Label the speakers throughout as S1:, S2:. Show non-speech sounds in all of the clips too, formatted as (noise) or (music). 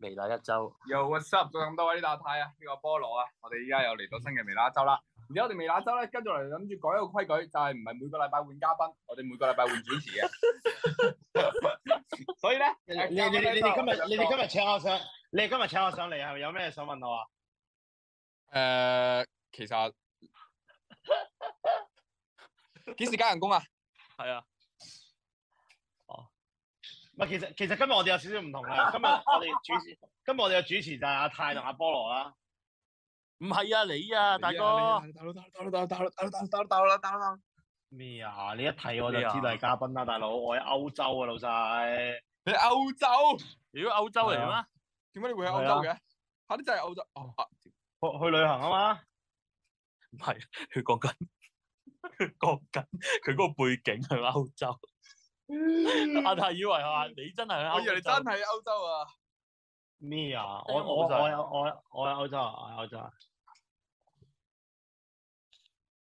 S1: 微辣一周，
S2: 又 what's up？咁多位啲打太啊，呢個菠蘿啊，我哋依家又嚟到新嘅微辣一周啦。而家我哋微辣一周咧，跟住嚟諗住改一個規矩，就係唔係每個禮拜換嘉賓，我哋每個禮拜換主持嘅。 (laughs) 所以咧，
S3: 你你你你哋今日你哋今日請我上，你哋今日請我上嚟係咪有咩想問我啊？
S4: 誒、其
S2: (laughs)
S4: 實幾時加人工啊？
S1: 係啊，
S3: 唔係，其實其實今日我哋有少少唔同啊。今日我哋主 (laughs) 持，今日我哋嘅主持就係阿泰同阿菠蘿啦。
S1: 唔係啊你啊大哥，
S2: 打佬打佬打佬打佬打佬打佬打佬打佬
S3: 咩啊？你一睇我就知道係嘉賓啦，大佬。我喺歐洲啊，老細。
S2: 你歐洲？
S1: 如果歐洲嚟嘅咩？
S2: 點解你會喺歐洲嘅？嚇！你真係啊歐洲哦。啊
S3: 去去旅行啊嘛。
S1: 唔係，佢講緊， (laughs) 佢講緊，佢嗰個背景係歐 (laughs) 洲。阿泰以為話你真係
S2: 我
S1: 喺
S2: 以為
S1: 歐
S2: 你真
S1: 洲，
S2: 係喺歐洲啊！
S3: (laughs) 咩啊？
S1: 聽
S3: 我我
S1: 唔到
S3: 我
S1: 晒
S3: 有我有我有歐洲啊，我有歐洲啊。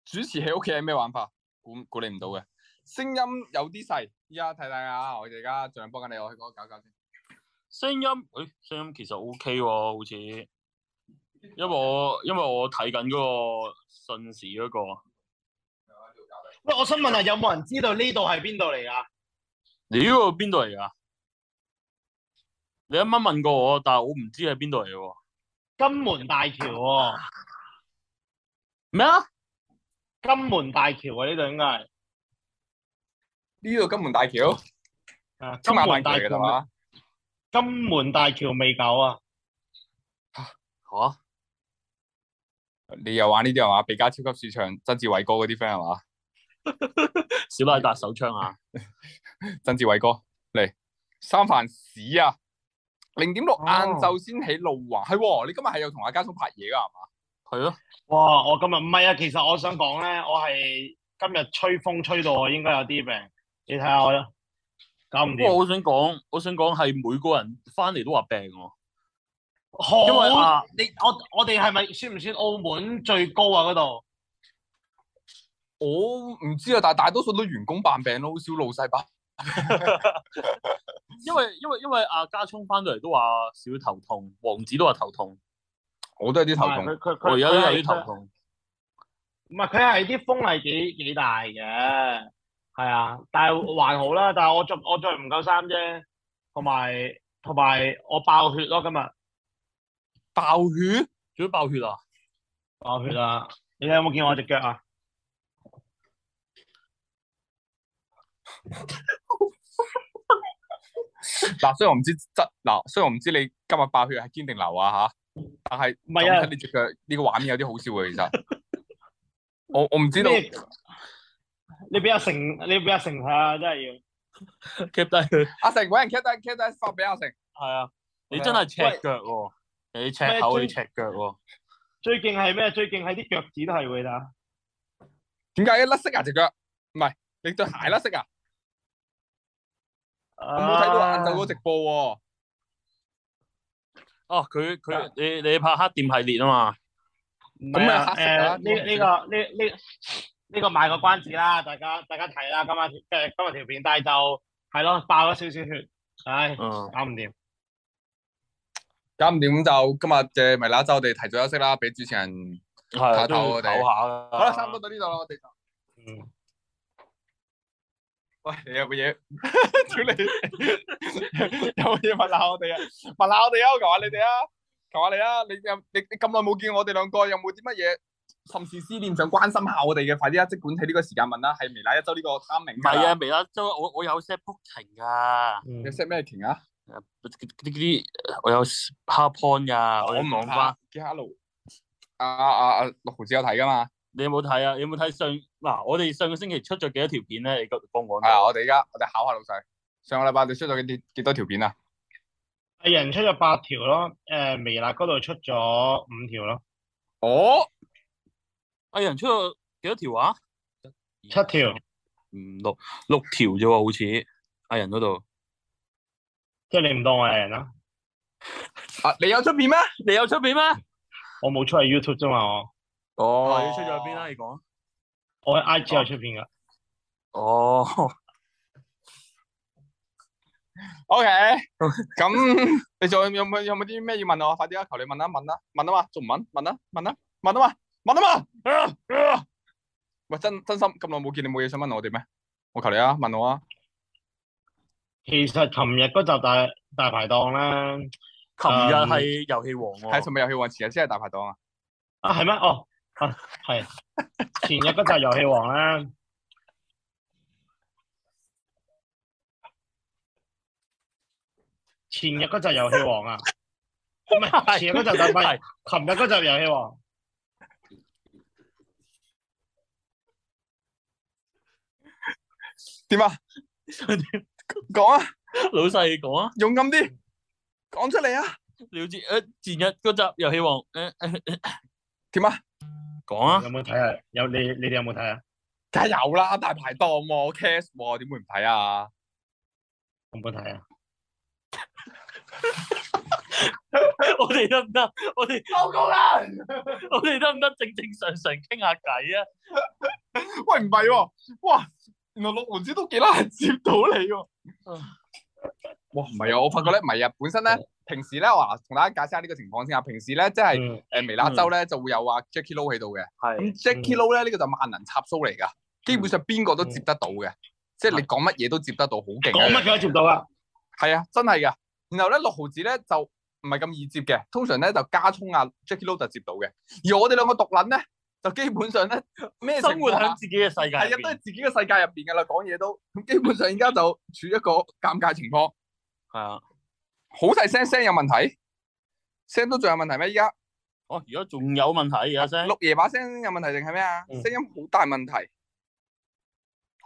S2: 主持喺屋企係咩玩法？估估你唔到嘅，
S3: 嗯
S2: 聲音有啲細。依家睇睇下，我哋而家盡量幫緊你，我去嗰度搞搞先。
S1: 聲音，誒聲音其實 O K 喎，好似，因為我因為我睇緊嗰個信使嗰個，
S3: 喂，我想問下，有冇人知道呢度係邊度嚟啊㗎？
S1: 你呢個邊度嚟㗎？你啱啱問過我，但係我唔知係邊度嚟喎。
S3: 金門大橋喎、
S1: 咩啊？
S3: 金門大橋啊，呢度應該係
S2: 呢度金門大橋，
S3: 啊，
S2: 金
S3: 金
S2: 馬
S3: 門
S2: 大
S3: 大
S2: 橋嚟㗎
S3: 橋
S2: 係
S3: 啊
S2: 嘛
S3: 未？？金門大橋未久啊，
S1: 嚇？
S2: 你又玩呢啲係嘛？比加超級市場曾志偉哥嗰啲 friend 係嘛？
S1: 小拉達手槍啊！
S2: 曾志偉哥嚟三藩市啊，零點六
S3: 哦
S2: 晏晝先起路環，係喎、你今日係有同阿家聰拍嘢㗎係嘛？
S1: 係咯，
S3: 哇！我今日唔係啊，其實我想講咧，我係今日吹風吹到我應該有啲病，你睇下我啦，搞唔
S1: 不過
S3: 掂，
S1: 我想講，我想講係每個人翻嚟都話病喎。
S3: 好
S1: 因為啊
S3: 你我我哋係咪算唔算澳門最高啊嗰度？
S2: 我唔知啊，但係大多數都員工扮病咯，好少老細扮。
S1: 因為因為因為阿家聰翻到嚟都話少頭痛，王子都話頭痛，
S2: 我都有啲頭痛，
S3: 佢佢
S1: 我而家都
S3: 佢
S1: 有
S3: 係
S1: 啲頭痛。
S3: 唔係佢係啲風係幾幾大嘅，係啊，但係還好啦。但係我着我着唔夠衫啫，同埋同埋我爆血咯，今日
S2: 爆血。
S1: 仲要爆血啊！ (laughs)
S3: 爆血啦！你有冇見我只腳啊？
S2: 嗱，雖然我唔知質，嗱，雖然我唔知你今日爆血係堅定流啊吓，但係
S3: 唔係
S2: 就
S3: 啊
S2: 咁睇你只腳呢個畫面有啲好笑嘅，其實我我唔知道，
S3: 咩你俾阿成，你俾阿成睇下，真係要
S1: keep 低佢。
S2: 阿成搵人 cap 低 cap 低發俾阿成，
S1: 係啊，你真係赤腳喎，你赤口，你赤腳喎。
S3: 最勁係咩？最勁係啲腳趾都係會打。
S2: 點解一甩色啊隻腳？唔係你對鞋甩色啊？我
S3: 我
S2: 冇睇到晏晝
S3: 啊
S2: 嗰個直播喎，
S1: 哦，佢佢你你拍黑店系列啊嘛，
S3: 咁
S2: 咁
S3: 啊
S2: 啊，黑色啊
S3: 誒呢呢個呢呢呢個賣個關子啦，大家大家睇啦，今晚誒今日條片，但係就係咯，爆咗少少血，唉，
S1: 嗯，
S3: 搞唔掂。
S2: 搞唔掂咁就今日嘅微辣一周我哋提早休息啦，俾主持人。啊
S1: 係
S2: 唞
S1: 都要
S2: 我哋
S1: 唞下啦。啊
S2: 好啦，差唔多到呢度啦，我哋就。
S3: 嗯
S2: 喂，你有冇嘢？ (laughs) 屌你！ (laughs) 有冇嘢問下我哋啊？問下我哋啊！我求下你哋啊！求下你啊！你有你你咁耐冇見我哋兩個，有冇啲乜嘢甚事思念想關心下我哋嘅？快啲啊！即管喺呢個時間問啦，係微辣一周呢個 timing
S1: 唔
S2: 㗎啦
S1: 係啊，，微辣周我我有 set booking 噶，
S3: 嗯
S2: 你 set 咩瓊啊？
S1: 嗰啲嗰啲我有 PowerPoint 噶，我要講翻。
S2: 記下路。啊啊啊！六毫子有睇噶嘛？
S1: 你有冇睇啊？你有冇睇上嗱？我哋上個星期出咗幾多條片咧？你講講
S2: 係啊！
S1: 到。
S2: 我哋而家我哋考下老細。上個禮拜你出咗幾幾多條片啊？
S3: 藝人出咗八條咯，誒、微辣嗰度出咗五條咯，
S2: 哦，
S1: 阿人出咗幾多條啊？
S3: 七條，
S1: 五六六條啫喎，好似阿人嗰度。
S3: 即係你唔當我藝人啦，
S2: 啊你有出片咩？
S1: 你有出片咩？
S3: 我冇出喺 YouTube 啫嘛，我
S2: 哦
S1: 哦，你出咗邊啦？？你講。
S3: 我喺 IG 有出片噶，
S1: 哦，
S2: O K，咁你仲有冇有冇啲咩要問我？快啲啊，求你問啦，問啦，問啊嘛，仲唔問？問啦，問啦，問啊嘛，問啊嘛啊啊。喂，真真心咁耐冇見，你冇嘢想問我哋咩？我求你啊，問我啊。
S3: 其實琴日嗰集大大排檔咧，
S1: 琴日係遊戲王喎，
S2: 係尋日遊戲王前日先係大排檔啊。
S3: 啊係咩？哦，啊係前日嗰集遊戲王咧，前日嗰集遊戲王啊，唔係前日嗰集大
S1: 係
S3: 排，琴日嗰集遊戲王。
S2: 點啊？ (laughs) 講啊，
S1: 老細講啊，
S2: 勇敢啲，講出嚟啊！
S1: 了知诶前日嗰集遊戲王诶
S2: 點啊？
S1: 講啊，
S3: 有冇睇啊？有你你哋有冇睇啊？
S2: 梗係有啦，大排檔喎，cast 喎，點會唔睇啊？
S3: 有冇睇啊？
S1: 我哋得唔得？我哋
S3: 收工啦！
S1: 我哋得唔得正正常常傾下偈啊？
S2: 喂，唔係喎，哇！原來六王子都幾難接到你喎、哇，唔係啊，我發覺咧，唔係啊，本身咧，平時咧，我嗱同大家解釋下呢個情況先啊。平時咧，即係
S3: 嗯
S2: 誒微辣州咧，就會有啊 Jackie Lou 喺度嘅。
S1: 係
S2: 咁 Jackie Lou 咧，呢個就萬能插蘇嚟噶，基本上邊個都接得到嘅，即係你講乜嘢都接得到，好勁
S3: 講乜
S2: 嘅。
S3: 佢都接到啦。
S2: 係啊，真係噶。然後咧，六毫子咧就唔係咁易接嘅，通常咧就加葱啊 Jackie Lou 就接到嘅。而我哋兩個獨撚咧，就基本上咧咩情
S1: 生活
S2: 況啊下
S1: 喺自己嘅世界
S2: 係
S1: 入
S2: 啊，都係
S1: 邊，
S2: 自己嘅世界入邊噶啦，講嘢都咁基本上而家就處於一個尷尬情況。
S1: 係啊。
S2: 好細聲，聲有問題，聲都仲有問題咩？依家
S1: 哦，而家仲有問題而家聲，
S2: 六爺把聲有問題定係咩啊？
S3: 嗯
S2: 聲音好大問題。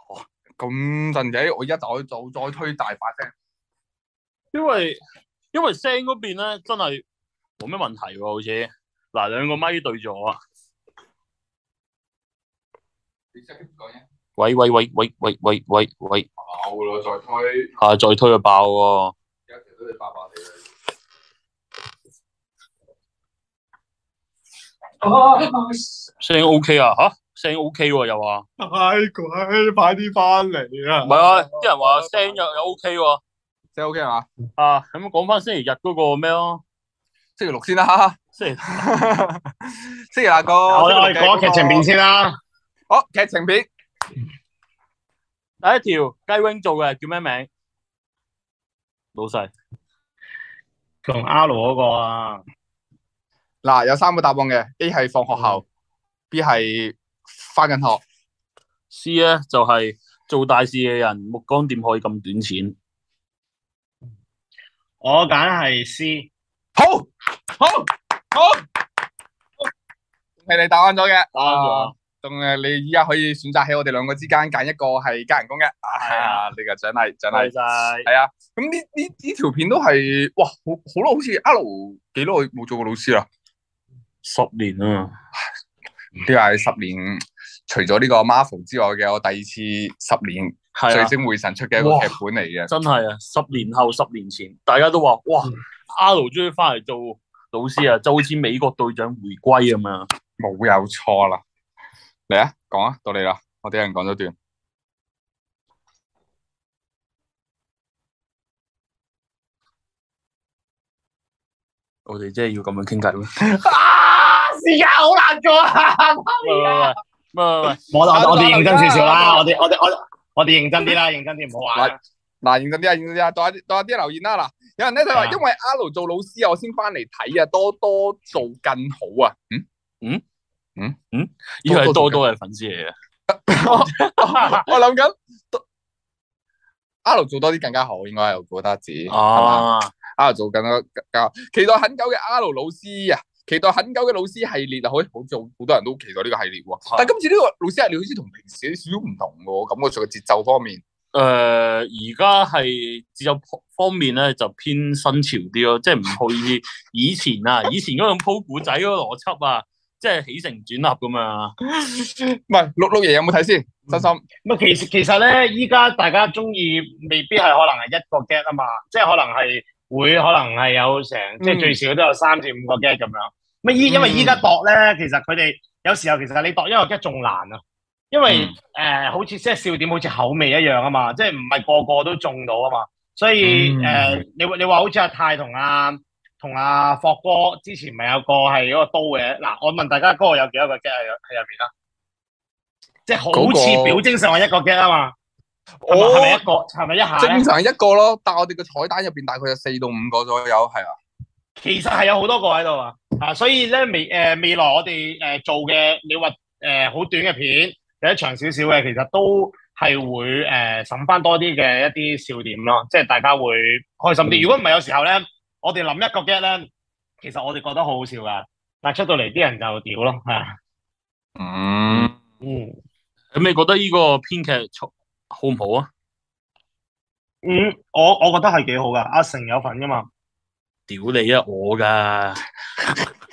S2: 哦，咁陣仔，我而家就就再推大把聲。
S1: 因為因為聲嗰邊咧真係冇咩問題喎，好似嗱兩個咪對咗啊。
S2: 你識講嘢？
S1: 喂喂喂喂喂喂喂喂，
S2: 爆咯，再推，
S1: 啊再推就爆喎、
S2: 而家其實都係八八地
S1: 聲 OK 啊吓，聲 OK 喎、又話，
S2: (laughs) 唉，鬼，快啲翻嚟啊
S1: 唔係啊，啲人話聲又又 OK 喎、
S2: 即係 OK 係嘛？
S1: 啊咁講翻星期日嗰個咩咯，
S2: 星期六先啦，
S1: 星期
S2: 星期那個。
S3: 我我哋
S2: 星期六嘅
S3: 講
S2: 嗰個
S3: 劇情片。先啦。
S2: 好，劇情片。
S1: 第一條雞 wing 做嘅叫咩名？老細
S3: 同阿羅嗰個啊，
S2: 嗱，有三個答案嘅，A 係放學
S1: 嗯
S2: 後，B 係翻緊學，
S1: C 咧就係、做大事嘅人，目光點可以咁短淺？
S3: 我揀係 C。
S2: 好，好，好，係你答啱咗嘅，啊
S1: 啱咗
S2: 仲誒你依家可以選擇喺我哋兩個之間揀一個係加人工嘅，
S1: 係啊
S2: 啊，呢個獎勵獎
S1: 係
S2: 勵，
S1: 晒。
S2: 係啊，咁呢呢呢條片都係，哇，好好耐，好似 L 幾耐冇做過老師啦，
S1: 十年啊！嗯
S2: 呢個係十年，除咗呢個 Marvel 之外嘅我第二次十年
S1: 係
S2: 聚
S1: 啊，
S2: 精會神出嘅一個
S1: 哇
S2: 劇本嚟嘅，
S1: 真係啊！十年後、十年前，大家都話：哇，阿盧終於翻嚟做老師啊，就好似美國隊長回歸咁樣。
S2: 冇有錯啦，嚟啊，講啊，到你啦，我哋一人講咗段。
S1: 我哋真係要咁樣傾偈咩？
S3: 啊，時間好難做 (laughs) 啊！
S1: 喂喂喂喂喂喂，
S3: 我我我哋認真少少啦，我哋我哋我我哋認真啲啦，認真啲唔好玩啦。
S2: 嗱，認真啲啊，認真啲啊，多啲多啲留言啦。嗱，有人咧就話，
S3: 係啊
S2: 因為阿盧做老師啊，我先翻嚟睇啊，多多做更好啊。嗯，
S1: 呢個係多多嘅粉絲嚟嘅。
S2: (laughs) 我諗緊多阿盧做多啲更加好，應該我覺得自己。係嘛
S1: 啊，
S2: 阿盧做更加更加好期待很久嘅阿盧老師啊，期待很久嘅老師系列啊，好好做，好多人都期待呢個系列喎
S1: 係。
S2: 但今次呢個老師系列好似同平時有少少唔同嘅喎，我感覺上嘅節奏方面。
S1: 誒呃而家係節奏方面咧就偏新潮啲咯，即係唔好似以 (laughs) 前啊，以前嗰種鋪古仔嗰個邏輯啊，即係起承轉合咁樣啊。
S2: 唔係，六六爺有冇睇先？真心
S3: 咁啊，其實其實咧，依家大家中意未必係可能係一個 get 啊嘛，即係可能係會可能係有成，即係最少都有三至五個 get 咁樣。乜依因為依家度咧，其實佢哋有時候其實你度一個 get 仲難啊，因為誒、好似即係笑點好似口味一樣啊嘛，即係唔係個個都中到啊嘛。所以
S2: 嗯
S3: 誒、呃你話你話好似阿泰同阿同阿霍哥之前咪有個係嗰個刀嘅，嗱，我問大家嗰個有幾多個 get 喺入喺入邊啊？即係好
S2: 嗰
S3: 似
S2: 個
S3: 表徵上係一個 get 啊嘛，係咪係咪一
S2: 我
S3: 個係咪一下咧
S2: 正？常一個咯，但係我哋個彩蛋入邊大概有四到五個左右，係啊。
S3: 其實係有好多個喺度啊，啊，所以咧未誒、呃未來我哋誒、呃做嘅，你話誒好短嘅片，或者長少少嘅，其實都係會誒審翻多啲嘅一啲笑點咯，即係大家會開心
S2: 嗯
S3: 啲。如果唔係，有時候咧，我哋諗一個 get 咧，其實我哋覺得好好笑噶，但係出到嚟啲人就屌咯，係啊，
S2: 嗯，
S3: 嗯。
S1: 咁你覺得呢個編劇好唔好啊？
S3: 嗯，我我覺得係幾好噶，阿成有份噶嘛。
S1: 屌你啊，我噶，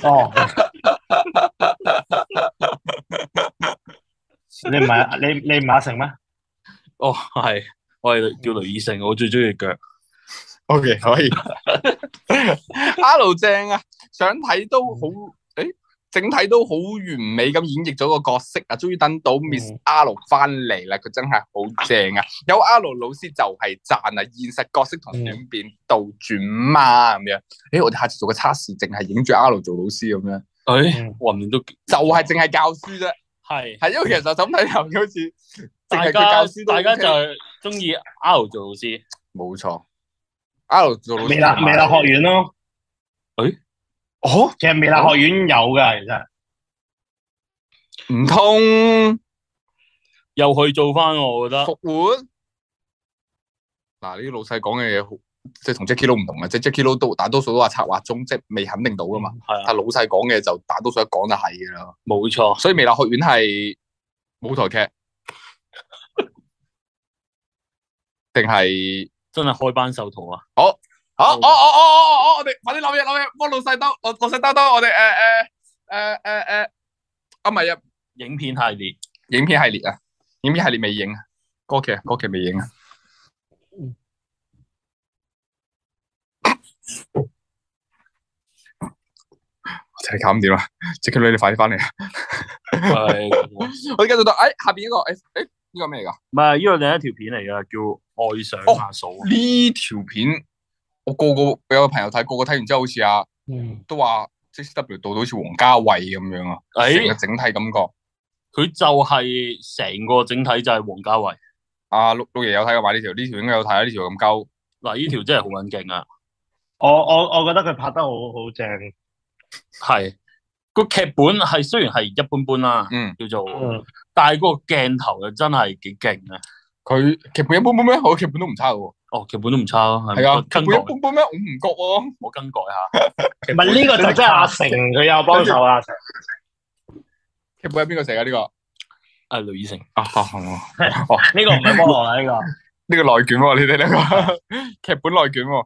S3: 哦， (laughs) 你唔係你你唔係阿成咩？
S1: 哦係，我係叫雷以成，我最中意腳。
S2: OK，可 (laughs) 以。阿盧正啊，想睇都好，誒，整體都好完美咁演繹咗個角色啊！終於等到 Miss
S3: 嗯
S2: 阿盧翻嚟啦，佢真係好正啊！有阿盧老師就係讚啊，現實角色同
S3: 嗯
S2: 轉變倒轉嘛咁樣。誒，我哋下次做個測試，淨係影住阿盧做老師咁樣，
S1: 诶、
S3: 嗯
S1: 畫面都
S2: 就係淨係教書啫。
S1: 系
S2: 係因為其實審睇頭好似淨
S1: 大
S2: 係佢
S1: 家
S2: 教書都
S1: 大家
S2: OK
S1: 就係中意 R 做老師，
S2: 冇錯。阿盧做老師
S3: 微辣微辣學院咯，
S2: 哦，
S3: 其實微辣學院有噶，其實
S2: 唔通？
S1: 又去做翻，我覺得
S2: 啊復活。嗱，呢啲老細講嘅嘢好，即係同 Jackie Lou 唔同嘅，即係 Jackie Lou 都大多數都話策劃中，即係未肯定到噶嘛。
S1: 係啊，
S2: 但老細講嘅就大多數一講就係㗎啦。
S1: 冇錯。
S2: 所以微辣學院係舞台劇，定係
S1: 真係開班授徒啊！
S2: 好，哦哦哦哦哦，我哋快啲諗嘢諗嘢，幫老細兜，老老細兜兜我哋誒誒誒誒誒，啊唔係啊，
S1: 影片系列 (laughs)
S2: 影片系列啊，影片系列未影啊，歌劇歌劇未影啊。就係搞唔掂啦！即刻女，你快啲翻嚟啊！
S1: 係唔
S2: 我而家就到，诶、下边呢、個，个，诶、誒呢、個咩嚟噶？
S1: 係呢個另一條片嚟噶，叫愛上阿嫂。
S2: 呢條片我個個我有個朋友睇，個個睇完之後好似啊，
S3: 嗯
S2: 都話 J W 到到好似王家衛咁樣啊，成
S1: 诶、
S2: 個整體感覺。
S1: 哎佢就係成個整體就係王家衛
S2: 阿啊六六爺有睇嘅話呢條，呢條應該有睇啊，呢條咁鳩。
S1: 嗱，呢條真係好撚勁啊！
S3: 我我我覺得佢拍得好好正，
S1: 係個劇本係雖然係一般般啦，
S2: 嗯，
S1: 叫做，
S3: 嗯，
S1: 但係個鏡頭又真係幾勁啊！
S2: 佢劇本一般般咩？我劇本都唔差嘅喎。
S1: 哦，劇本都唔差啊，係咪
S2: 係啊，
S1: 我
S2: 劇本
S1: 更
S2: 一
S1: 改，
S2: 般般咩？我唔覺喎。
S1: 我更改下。
S3: 唔係呢個就真係阿成佢有幫手啊，阿成
S2: 劇本係邊個寫嘅呢個？
S1: 诶，雷以成，
S2: 啊，哦
S3: 呢個唔係幫我啊呢個，
S2: 呢個內卷喎，你哋兩個 (laughs) 劇本內卷喎。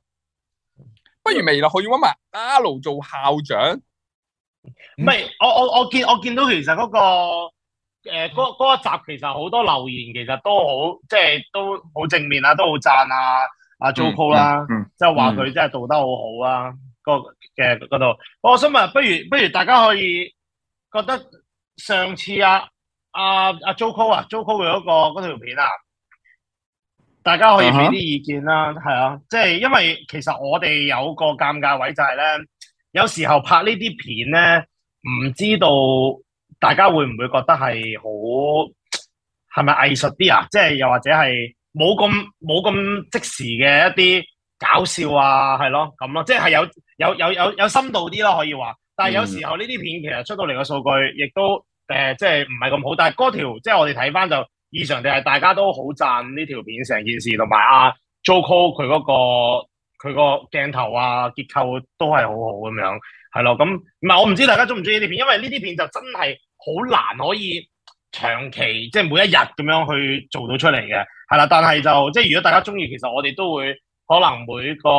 S2: 不如微樂學院揾埋阿盧做校長。
S3: 唔係我我我見我見到其實嗰個。誒嗰嗰一集其實好多留言，其實都好即係都好正面啊，都好讚啊阿 Jojo 啦，
S2: 嗯，
S3: 即係話佢真係做得好好啊，個嘅嗰度。我想問，不如不如大家可以覺得上次啊啊啊 Joco 啊 Joco 佢嗰個嗰條片啊，大家可以俾啲意見啦，係啊，即係因為其實我哋有個尷尬位就係咧，有時候拍呢啲片咧，唔知道大家會唔會覺得係好係咪藝術啲啊？即係又或者係冇咁冇咁即時嘅一啲。搞笑啊，係咯，咁咯，即係有有有有有深度啲咯，可以話。但係有時候呢啲片其實出到嚟嘅數據亦都誒、呃即係唔係咁好。但係嗰條即係我哋睇翻就異常地係大家都好讚呢條片成件事，同埋阿 Joco 佢嗰、個佢個鏡頭啊結構都係好好咁樣，係咯。咁唔係我唔知大家中唔中意呢啲片，因為呢啲片就真係好難可以長期即係每一日咁樣去做到出嚟嘅，係啦。但係就即係如果大家中意，其實我哋都會。可能每個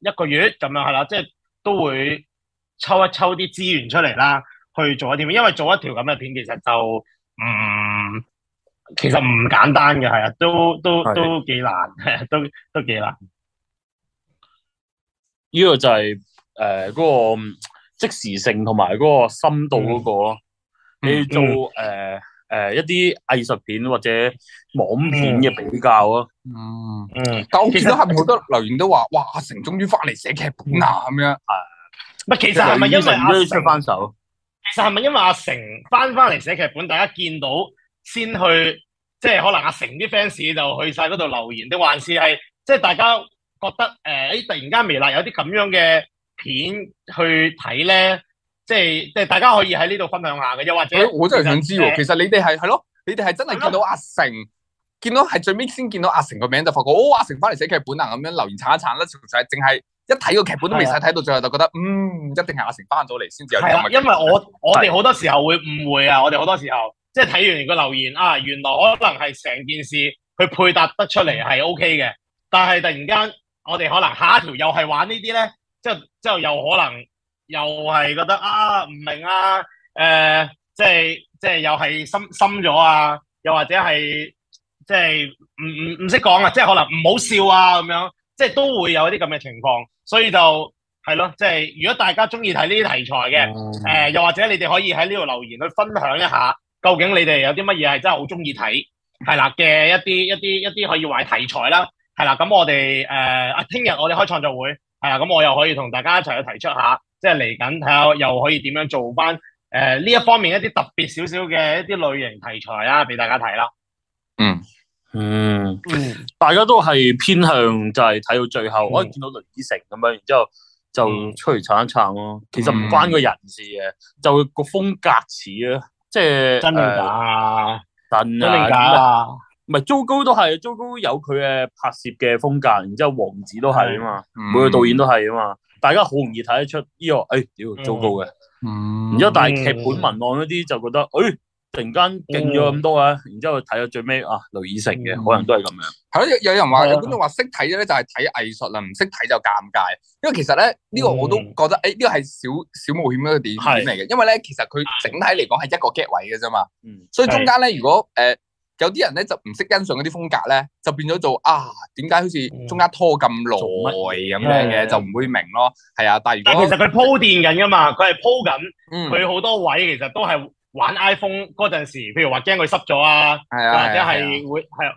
S3: 一個月咁樣係啦，即係都會抽一抽啲資源出嚟啦，去做一啲片，因為做一條咁嘅片其實就唔、嗯其實唔簡單嘅，係啊，都都
S1: 係
S3: 都幾難，係啊，都都幾難。
S1: 呢個就係呃誒嗰個嗯即時性同埋嗰個深度嗰個咯。
S2: 嗯
S1: 你做
S3: 嗯
S1: 誒诶一啲藝術片或者網片嘅比較咯。
S4: 嗯，
S3: 嗯。
S2: 但我
S3: 其
S2: 見
S3: 實
S2: 到係咪好多留言都話，哇，阿成終於翻嚟寫劇本啊咁樣。
S3: 唔啊係，其實係咪因為阿
S1: 都
S3: 成？
S1: 出翻手？
S3: 其實係咪因為阿成翻翻嚟寫劇本，大家見到先去，即係可能阿成啲 fans 就去晒嗰度留言，定還是係即係大家覺得誒、呃咦突然間微辣有啲咁樣嘅片去睇咧，即係即係大家可以喺呢度分享下嘅，又或者
S2: 誒我真係想知
S3: 誒
S2: 喎，其實你哋係係咯，你哋係真係見到阿成，見到係最尾先見到阿成個名就發覺，哦，阿成翻嚟寫劇本啊咁樣留言撐一撐啦，純粹係淨係一睇個劇本都未使
S3: 係
S2: 睇到最後就覺得，嗯，一定係阿成翻咗嚟先至有啲
S3: 係啦
S2: 咁，嘅
S3: 因為我我哋好多時候會誤會啊，我哋好多時候即係睇完個留言啊，原來可能係成件事佢配搭得出嚟
S2: 嗯
S3: 係 OK 嘅，但係突然間我哋可能下一條又係玩呢啲咧，之後之後又可能又係覺得啊唔明啊，誒、即係即係又係深深咗啊，又或者係即係唔唔唔識講啊，即係可能唔好笑啊咁樣，即係都會有啲咁嘅情況，所以就係咯，即係如果大家中意睇呢啲題材嘅。誒、呃又或者你哋可以喺呢度留言去分享一下，究竟你哋有啲乜嘢係真係好中意睇，係啦嘅一啲一啲一啲可以話係題材啦，係啦。咁我哋誒啊，聽、日我哋開創作會，係啦，咁我又可以同大家一齊去提出下，即係嚟緊睇下又可以點樣做翻誒呢一方面一啲特別少少嘅一啲類型題材啦，俾大家睇啦。
S1: 嗯，
S3: 嗯，
S1: 大家都係偏向就係睇到最後，
S3: 嗯
S1: 可能見到雷以成咁樣，然之後就
S3: 嗯
S1: 出嚟撐一撐咯。其實唔
S2: 嗯
S1: 關個人事嘅，就會個風格似啊，即係
S3: 真定假
S1: 誒
S3: 啊？
S1: 真
S3: 真定假
S1: 啊？
S3: 啊？
S1: 唔係糟糕都係，糟糕有佢嘅拍攝嘅風格，然之後王子都係啊嘛，每個導演都係啊嘛，大家好容易睇得出呢個，哎誒屌糟糕嘅，
S2: 嗯，
S1: 然之後但係劇本文案嗰啲就覺得，誒突然間勁咗咁多啊，然之後睇到最尾啊，劉以成嘅
S3: 嗯
S1: 可能都係咁樣，
S2: 係咯，有有人話
S3: 係啊
S2: 有觀眾話識睇咧就係睇藝術啦，唔識睇就尷尬。因為其實咧呢個我都
S3: 嗯
S2: 覺得，誒呢個係小小冒險一個點
S1: 係
S2: 點嚟嘅，因為咧其實
S3: 嗯
S2: 佢整體嚟講係一個 get 位嘅啫嘛。
S1: 嗯，
S2: 所以中間咧，如果誒、呃有啲人咧就唔識欣賞嗰啲風格咧，就變咗做啊點解好似中間拖咁耐咁樣嘅，
S3: 嗯
S2: 就唔會明咯。係啊，但係
S3: 但
S2: 如
S3: 係
S2: 果
S3: 其實佢鋪墊緊噶嘛，佢係鋪緊。
S2: 嗯
S3: 佢好多位其實都係玩 iPhone 嗰陣時，譬如話驚佢濕咗啊，
S2: 係
S3: 或
S2: 啊，
S3: 者
S2: 係啊
S3: 係會係啊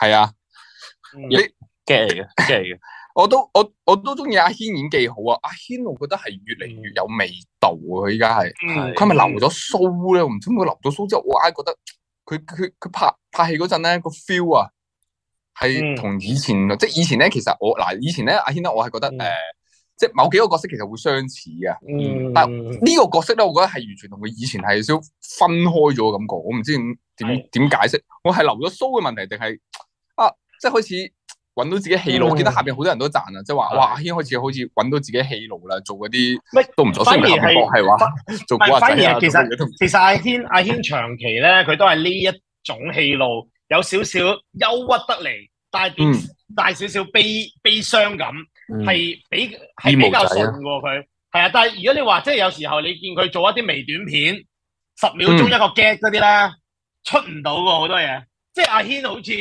S2: 係啊，
S3: 嗯
S2: 你
S1: 嘅嚟嘅，嘅嚟嘅，
S2: 我都我我都中意阿軒演技好啊。阿軒我覺得係越嚟越有味道啊！佢依家係
S3: 嗯
S2: 佢係咪留咗須咧？我唔知點解留咗須之後，我硬係覺得佢佢佢拍拍戲嗰陣咧個 feel 啊，
S3: 嗯
S2: 係同以前即係以前咧，其實我嗱以前咧阿軒咧，啊我係覺得
S3: 嗯
S2: 誒。即係某幾個角色其實會相似嘅，
S3: 嗯
S2: 但呢個角色咧，我覺得係完全同佢以前係有少少分開咗嘅感覺，我唔知點點
S3: 係
S2: 點解釋。我係留咗鬚嘅問題，定係啊，即係開始揾到自己戲路。我記得下邊好多人都讚啊，即係話
S1: 係
S2: 哇，阿軒開始好似揾到自己戲路啦，做嗰啲
S3: 喂
S2: 都唔錯。雖
S3: 反而
S2: 然佢後面
S3: 係
S2: 講係話做古惑
S3: 反而
S2: 仔啊，
S3: 係其實
S2: 做乜嘢都唔
S3: 其實阿軒阿軒長期咧，佢都係呢一種戲路，有少少憂鬱得嚟，帶點
S2: 嗯
S3: 帶少少悲悲傷感，
S1: 嗯
S3: 係比係比較順喎佢。係啊，但係如果你話即係有時候你見佢做一啲微短片，十秒
S2: 嗯
S3: 鐘一個 get 嗰啲咧，出唔到喎好多嘢。即係阿軒好似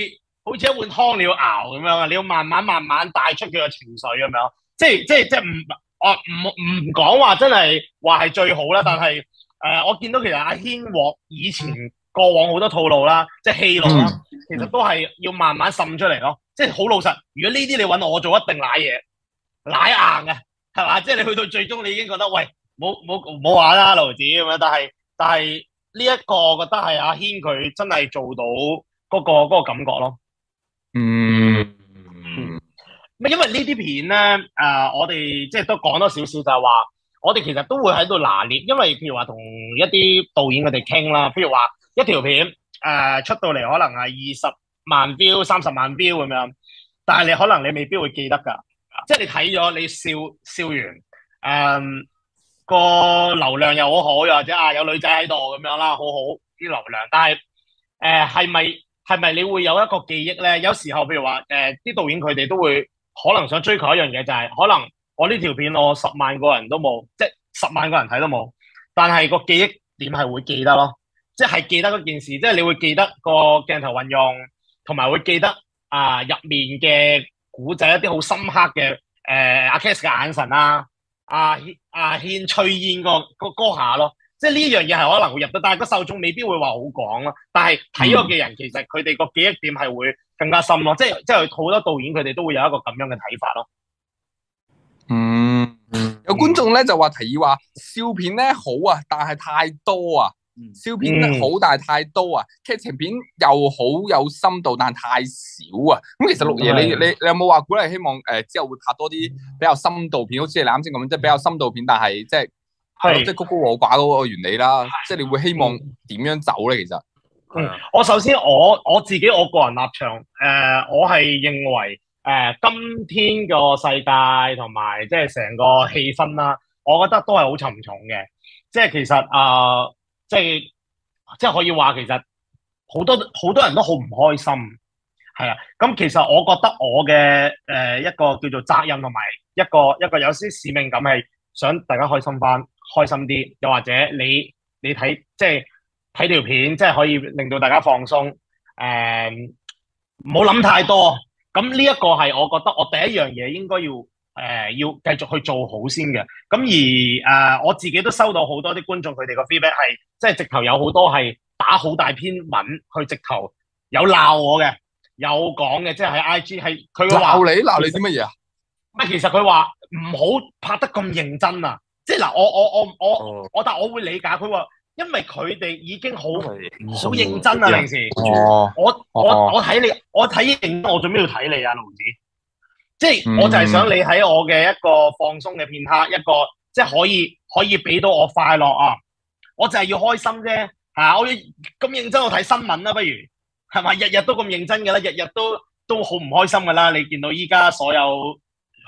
S3: 好似一碗湯你要熬咁樣啊，你要慢慢慢慢帶出佢嘅情緒咁樣。即係即係即係唔我唔唔講話真係話係最好啦，但係誒、呃我見到其實阿軒獲以前過往好多套路啦，即係戲路啦，其實都係要慢慢滲出嚟咯。即係好老實，如果呢啲你揾我做，一定賴嘢，賴硬嘅係嘛？即係你去到最終，你已經覺得喂冇冇冇玩啦，盧子咁樣。但係但係呢一個，我覺得係阿軒佢真係做到嗰、個嗰、個感覺咯。
S2: 嗯
S3: 唔係因為呢啲片咧，誒、我哋即係都講多少少就係話，我哋其實都會喺度拿捏，因為譬如話同一啲導演佢哋傾啦，譬如話一條片誒、出到嚟可能係二十萬 view、三十萬 view 咁樣，但係你可能你未必會記得㗎，即係你睇咗你笑笑完，誒、個流量又好好，又或者啊有女仔喺度咁樣啦，好好啲流量，但係誒係咪係咪你會有一個記憶咧？有時候譬如話誒啲導演佢哋都會。可能想追求一樣嘢就係、可能我呢條片我十萬個人都冇，即係十萬個人睇都冇，但係個記憶點係會記得咯，即係記得嗰件事，即係你會記得個鏡頭運用，同埋會記得啊入面嘅古仔一啲好深刻嘅誒呃阿 Kes 嘅眼神啊，阿軒阿軒吹煙嗰、個嗰嗰下咯，即即係呢樣嘢係可能會入到，但係個受眾未必會話好講咯。但係睇過嘅
S2: 嗯
S3: 人其實佢哋個記憶點係會更加深咯，即係即係好多導演佢哋都會有一個咁樣嘅睇法咯。
S2: 嗯，有觀眾咧就話提議話笑片咧好啊，但係太多啊
S1: 嗯。
S2: 笑片呢
S3: 嗯
S2: 好，但係太多啊。劇情片又好有深度，但係太少啊。咁其實六爺，
S3: 嗯係嗯
S2: 你你你有冇話鼓勵希望诶之後會拍多啲比較深度片？好似你啱先咁，即係比較深度片，但係即係
S3: 係
S2: 即係。高高我寡嗰個原理啦。即係你會希望點樣走咧？其實
S3: 嗯，我首先我我自己我個人立場，誒、我係認為誒、呃今天個世界同埋即係成個氣氛啦，我覺得都係好沉重嘅。即係其實啊、即係即係可以話其實好多好多人都好唔開心，係啊。咁其實我覺得我嘅誒、一個叫做責任同埋一個一個有啲使命感係想大家開心翻，開心啲，又或者你你睇即係。睇條片，即係可以令到大家放鬆。誒、唔好諗太多。咁呢一個係我覺得我第一樣嘢應該要誒、要繼續去做好先嘅。咁而誒、我自己都收到好多啲觀眾佢哋個 feedback 係，即係直頭有好多係打好大篇文去直頭有鬧我嘅，有講嘅，即係喺 IG 係哦佢話。
S2: 鬧你鬧你啲乜嘢啊？
S3: 乜其實佢話唔好拍得咁認真啊！即係嗱，我我我我
S1: 哦，
S3: 我，但我會理解佢話，因為佢哋已經好
S1: 因
S3: 好
S1: 為
S3: 認真啊，平時。
S2: 哦，
S3: 我
S2: 哦
S3: 我我睇你，我睇認真，我做咩要睇你啊，盧子？即
S2: 嗯
S3: 係我就係想你喺我嘅一個放鬆嘅片刻，一個即係可以可以俾到我快樂啊！我就係要開心啫，嚇、我要咁認真我睇新聞啦，不如係咪？日日都咁認真㗎啦，日日都都好唔開心㗎啦。你見到依家所有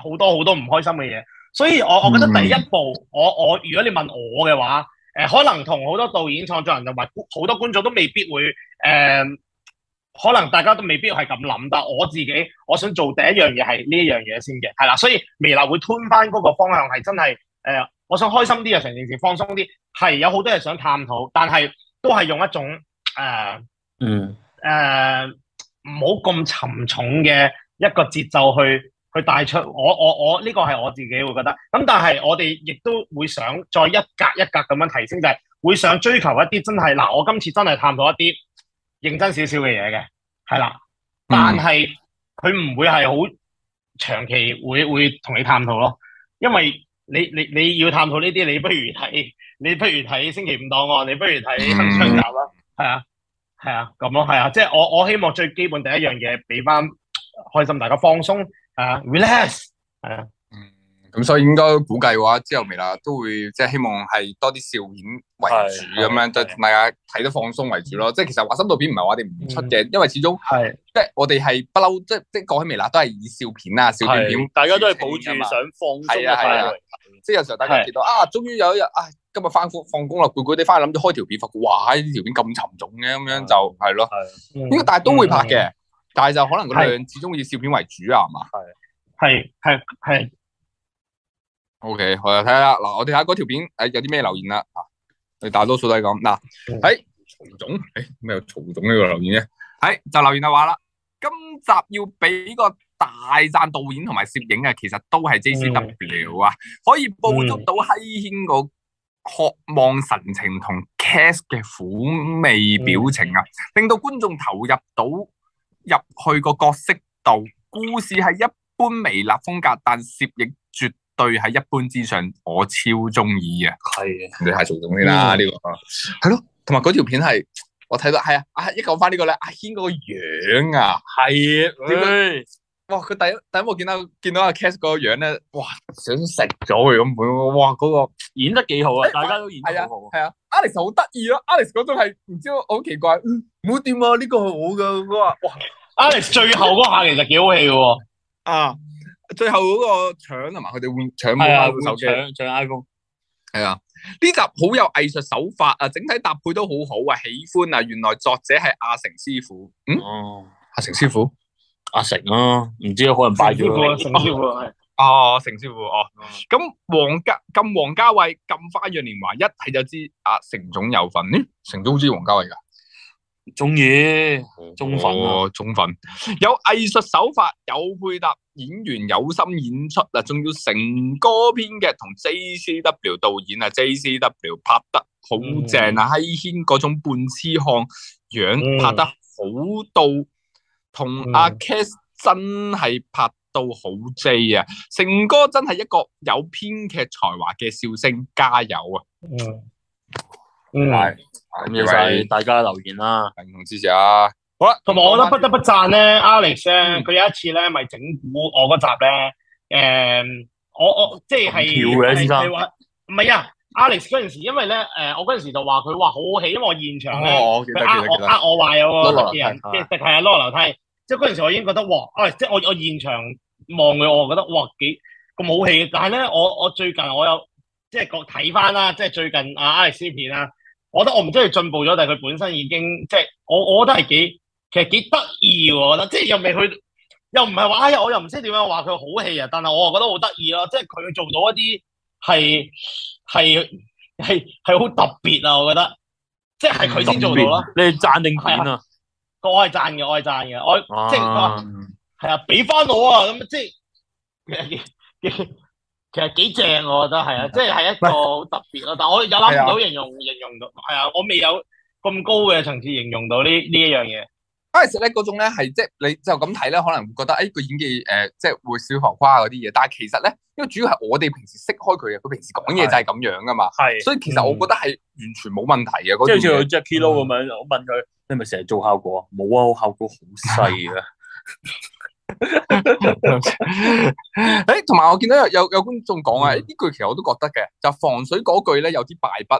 S3: 好多好多唔開心嘅嘢，所以我我覺得第一步，我我如果你問我嘅話，誒、可能同好多導演、創作人同埋好多觀眾都未必會誒。可能大家都未必係咁諗，但我自己我想做第一樣嘢係呢一樣嘢先嘅，係啦，所以微辣會吞翻嗰個方向係真係誒、呃我想開心啲啊，成件事放鬆啲，係有好多嘢想探討，但係都係用一種誒。呃
S1: 嗯，
S3: 誒呃唔好咁沉重嘅一個節奏去去帶出。我我我呢個係我自己會覺得。咁但係我哋亦都會想再一格一格咁樣提升，就係、會想追求一啲真係嗱，我今次真係探討一啲認真少少嘅嘢嘅，係啦。
S2: 嗯
S3: 但係佢唔會係好長期會會同你探討咯，因為你你你要探討呢啲，你不如睇你不如睇星期五檔案，你不如
S2: 嗯
S3: 睇新槍集啦，係啊係啊咁咯，係啊，即係我我希望最基本第一樣嘢俾翻開心大家放鬆啊，relax
S2: 嗯，咁所以應該估計嘅話，之後微辣都會即係希望係多啲笑片為主
S1: 係
S2: 咁樣，
S1: 係嗯
S2: 就大家睇得放鬆為主咯。即係其實話深度片唔係話我哋唔出嘅，因為始終
S3: 係
S2: 即係我哋係不嬲，即係即係講起微辣都係以笑片啊、笑片片，
S1: 係大家都係抱住
S2: 㗎
S1: 想
S2: 嘛
S1: 放鬆
S2: 係
S1: 嘅
S2: 啊係啊
S1: 態度。
S2: 即係有時候大家見到啊，終於有一日啊，今日翻放工啦，攰攰地翻去諗住開條片，發覺哇，呢條片咁沉重嘅，咁樣就係咯。
S3: 嗯
S2: 應該但係都會拍
S1: 嗯
S2: 嘅，但係就可能個量始終以笑片為主啊，係嘛
S3: 係係係
S2: ？O K，我又睇下啦嗱，我哋睇下嗰條片誒有啲咩留言啦啊，你大多數都係咁嗱，
S3: 嗯
S2: 喺曹總，誒哎咩有曹總呢個留言啫？喺就留言就話啦，今集要俾個大讚導演同埋攝影啊，其實都係 J C W 啊，可以捕捉到閪軒個渴望神情同 cast 嘅苦味表情啊，令到觀眾投入到入去個角色度。故事係一般微辣風格，但攝影絕對係一般之上，我超中意啊！
S1: 係啊
S2: 你太做總先啦，呢、個係咯，同埋嗰條片係我睇到係啊，啊一講翻呢個咧，阿軒嗰個樣啊，
S1: 係啊，
S2: 點
S1: 唉
S2: 哇！佢第一第一幕見到見到阿 Cass 嗰個樣咧，哇！想食咗佢咁本，哇！嗰、個
S1: 演得幾好啊，大家都演得好好。
S2: 係啊，Alex 好得意咯，Alex 啊嗰種係唔知好奇怪，嗯唔好掂啊！呢、個係我噶，佢話哇
S3: Alex 最後嗰下其實幾好戲嘅喎。
S2: 啊！最後嗰個搶同埋佢哋換搶
S1: 係啊，
S2: 冇手
S1: 會
S2: 機。
S1: 搶搶 iPhone。
S2: 系啊，呢集好有藝術手法啊，整體搭配都好好啊，喜歡啊！原來作者係阿成師傅，嗯，
S1: 哦，
S2: 阿成師傅，
S1: 阿成啊，唔知可能拜咗佢
S3: 成啊師傅係
S2: 哦，成師傅，哦，咁王家咁王家衛咁花樣年華，一睇就知阿成總有份，咦，成總好中意王家衛噶，
S1: 中意中粉啊，
S2: 哦，中粉，有藝術手法，有配搭，演員有心演出啊，仲要成歌編劇同 J C W 導演啊，J C W 拍得好正
S1: 嗯
S2: 啊！閪軒嗰種半痴漢樣拍得好到，同阿
S3: 嗯
S2: Cass 真係拍到好 J 啊！成哥真係一個有編劇才華嘅笑聲，加油啊！
S3: 嗯，
S2: 係
S1: 咁要晒大家留言啦。
S2: 共同支持啊！好啦，
S3: 同埋我覺得不得不讚咧，Alex 咧，佢有一次咧，咪整蠱我嗰集咧，誒，我我即
S1: 咁
S3: 係
S1: 巧嘅
S3: 係
S1: 先生
S3: 係話唔係啊，Alex 嗰陣時，因為咧誒，我嗰陣時就話佢話好氣，因為我現場咧。
S2: 哦，我記得
S3: 佢
S2: 記
S1: 啊
S3: 呃
S2: 得記
S3: 我
S2: 得，
S3: 呃我壞有
S1: 攞
S3: 個
S1: 樓
S3: 特技人
S1: 梯，啊
S3: 即係係啊，攞樓梯。即係嗰陣時，我已經覺得哇，啊！即係我我現場望佢，我覺得哇幾咁好戲。但係咧，我我最近我有即係個睇翻啦，即係最近啊 Alex 啲片啦，我覺得我唔知佢進步咗，但係佢本身已經即係我我覺得係幾其實幾得意喎，我覺得即係又未去，又唔係話哎呀，我又唔識點樣話佢好戲啊，但係我又覺得好得意咯，即係佢做到一啲係係係係好特別啊，我覺得即係佢先做到咯。
S1: 你係讚定片啊？
S3: 我係讚嘅，我係讚嘅，我即係佢話
S1: 啊
S3: 係啊，俾翻我啊，咁即係幾幾 (laughs) 其實幾正，我覺得係啊，即係係一個好特別咯。但我有諗唔到形容形容到，係啊，我未有咁高嘅層次形容到呢呢一樣嘢。
S2: 嗰陣時咧，嗰種咧係即係你就咁睇咧，可能會覺得誒個演技誒、呃即係會少浮誇嗰啲嘢，但係其實咧，因為主要係我哋平時識開佢嘅，佢平時講嘢就係咁樣噶嘛，
S1: 係，
S2: 所以其實我覺得係完全冇問題嘅嗰
S1: 即係好似
S2: 段
S1: 佢
S2: 嘢。
S1: Jackie Lou 咁樣，我問佢：你係咪成日做效果啊？冇啊，我效果好細啊。
S2: 誒，同埋我見到有有有觀眾講啊，呢句其實我都覺得嘅，就防水嗰句咧有啲敗筆，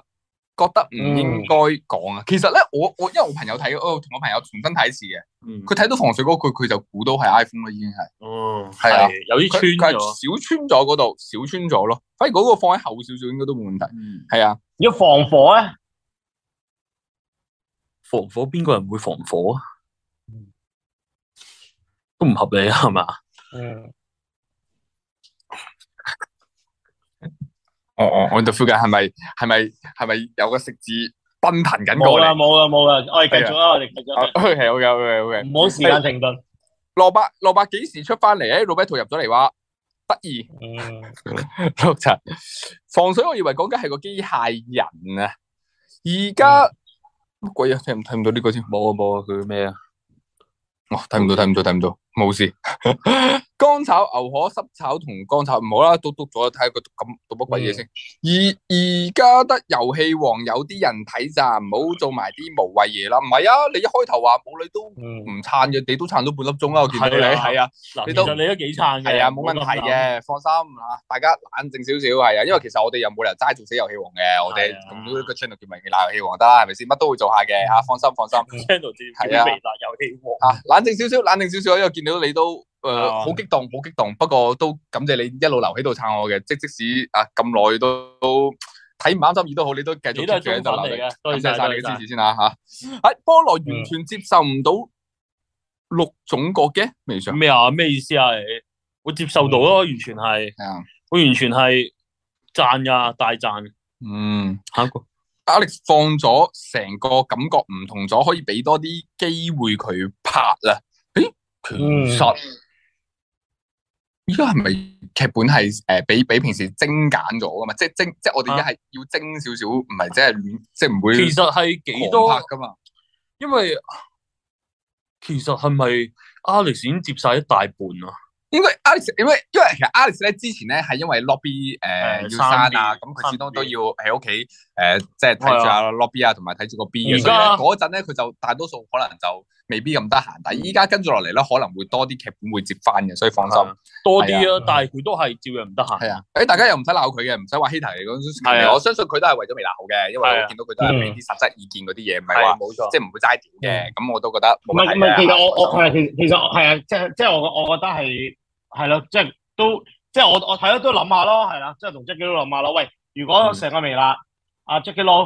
S2: 覺得唔應該講啊。其實咧，我我因為我朋友睇，我同我朋友重新睇一次嘅，
S1: 嗯，
S2: 佢睇到防水嗰句，佢就估到係 iPhone 啦，已經係。
S1: 哦，
S2: 係啊，
S1: 有啲
S2: 佢
S1: 穿
S2: 佢係
S1: 咗。
S2: 少穿咗嗰度，少穿咗咯。反而嗰個放喺後少少應該都冇問題。
S1: 嗯
S2: 係啊，
S3: 要防火咧，
S1: 防火邊個人會防火啊？都唔合理啊，係嘛？
S3: 嗯，
S2: 哦哦，我度附近係咪係咪係咪有個食字奔騰緊
S3: 冇
S2: 過
S3: 啦
S2: 嚟？
S3: 冇啦冇啦，我哋繼續啦，我哋繼續，
S2: 係 OK OK OK。
S3: 唔好時間停頓。
S2: 蘿蔔蘿蔔幾時出翻嚟咧？老伯圖入咗嚟話得 (laughs) 意
S3: 嗯，
S2: 六七防水，我以為講緊係個機械人啊。而家乜鬼啊？睇唔睇唔到呢個先？
S1: 冇啊冇啊，佢咩啊？
S2: 哦，睇唔到睇唔到睇唔到，冇事。 (laughs) 乾炒牛河、濕炒同乾炒唔好啦，都篤咗睇下佢咁讀乜鬼嘢先。
S1: 嗯
S2: 而而家得遊戲王有啲人睇咋，唔好做埋啲無謂嘢啦。唔係啊，你一開頭話冇你都
S3: 嗯，
S2: 唔撐嘅，你都撐咗半粒鐘啦，我見到你
S1: 係啊
S2: (laughs) 係啊，
S1: 嗱，其
S2: 你都
S1: 實你都幾撐嘅。
S2: 係啊，冇問題嘅，放心啊，大家冷靜少少係啊，因為其實我哋又冇理由齋做死遊戲王嘅，我
S1: 係
S2: 哋
S1: 啊
S2: 咁呢個 channel 叫咪叫遊戲王得啦，係咪先？乜都會做下嘅啊，放心放心。
S1: channel 節目
S2: 係啊
S1: 叫微辣遊戲王。
S2: 啊，冷靜少少，冷靜少少，因為見到你都誒
S1: 啊
S2: 好、激動，好激動。不過都感謝你一路留喺度撐我嘅，即即使啊咁耐都都睇唔啱心意都好，你都繼
S1: 你
S2: 續
S1: 都係
S2: keep
S1: 中
S2: 住
S1: 粉
S2: 喺度
S1: 嚟
S2: 留嘅。
S1: 嘅，多謝
S2: 感謝
S1: 晒
S2: 晒
S1: 多
S2: 你
S1: 謝晒。
S2: 嘅支
S1: 嗯
S2: 持先啦嚇。喺、菠蘿完全接受唔到六種國嘅微上
S1: 咩啊？咩意思啊？你我接受到
S2: 嗯
S1: 咯，完全係，
S2: 係啊，
S1: 我完全係讚噶，大讚。
S2: 嗯。
S1: 下一個
S2: Alex 放咗成個感覺唔同咗，可以俾多啲機會佢拍啦。誒，其實依家係咪劇本係誒比比平時精簡咗噶嘛？即係精，即係我哋而家係要精少少，唔係即係亂即係唔會
S1: 啊其實係幾
S2: 狂
S1: 多
S2: 拍？噶嘛？
S1: 因為其實係咪 Alex 已經接晒一大半啊？
S2: 應該 Alex，因為因為其實 Alex 咧之前咧係因為 lobby 誒、
S1: 誒
S2: 要
S1: 生
S2: 刪啊，
S1: 啲
S2: 咁佢始終
S1: 生啲
S2: 都要喺屋企誒即係睇住啊 lobby 啊，同埋睇住個 B 嘅。
S1: 而
S2: 所以咧
S1: 家
S2: 嗰陣咧佢就大多數可能就未必咁得閒，但係依家跟住落嚟咧可能會多啲劇本會接翻嘅，所以放心。
S1: 多啲
S3: 係啊
S1: 啊，但係佢都係照樣唔得閒。
S2: 係啊，誒大家又唔使鬧佢嘅，唔使話 hater 嚟
S1: 係啊
S2: 講，我相信佢都係為咗未鬧嘅，因為
S1: 係啊
S2: 我見到佢都係俾啲實質意見嗰啲嘢，唔係話
S1: 冇錯。
S2: 即係唔會齋屌
S1: 嗯
S2: 嘅，咁我都覺得
S1: 啊
S3: 唔
S2: 冇
S3: 係
S2: 問
S3: 唔
S2: 題嘅
S3: 係，其實我我係其其實我係啊，即係即係我我覺得係係咯，即係都即係我我睇咗都諗下咯，係啦，即係同 Jackie 都諗下咯。喂，如果
S1: 嗯
S3: 成個微辣阿 Jackie 佬誒，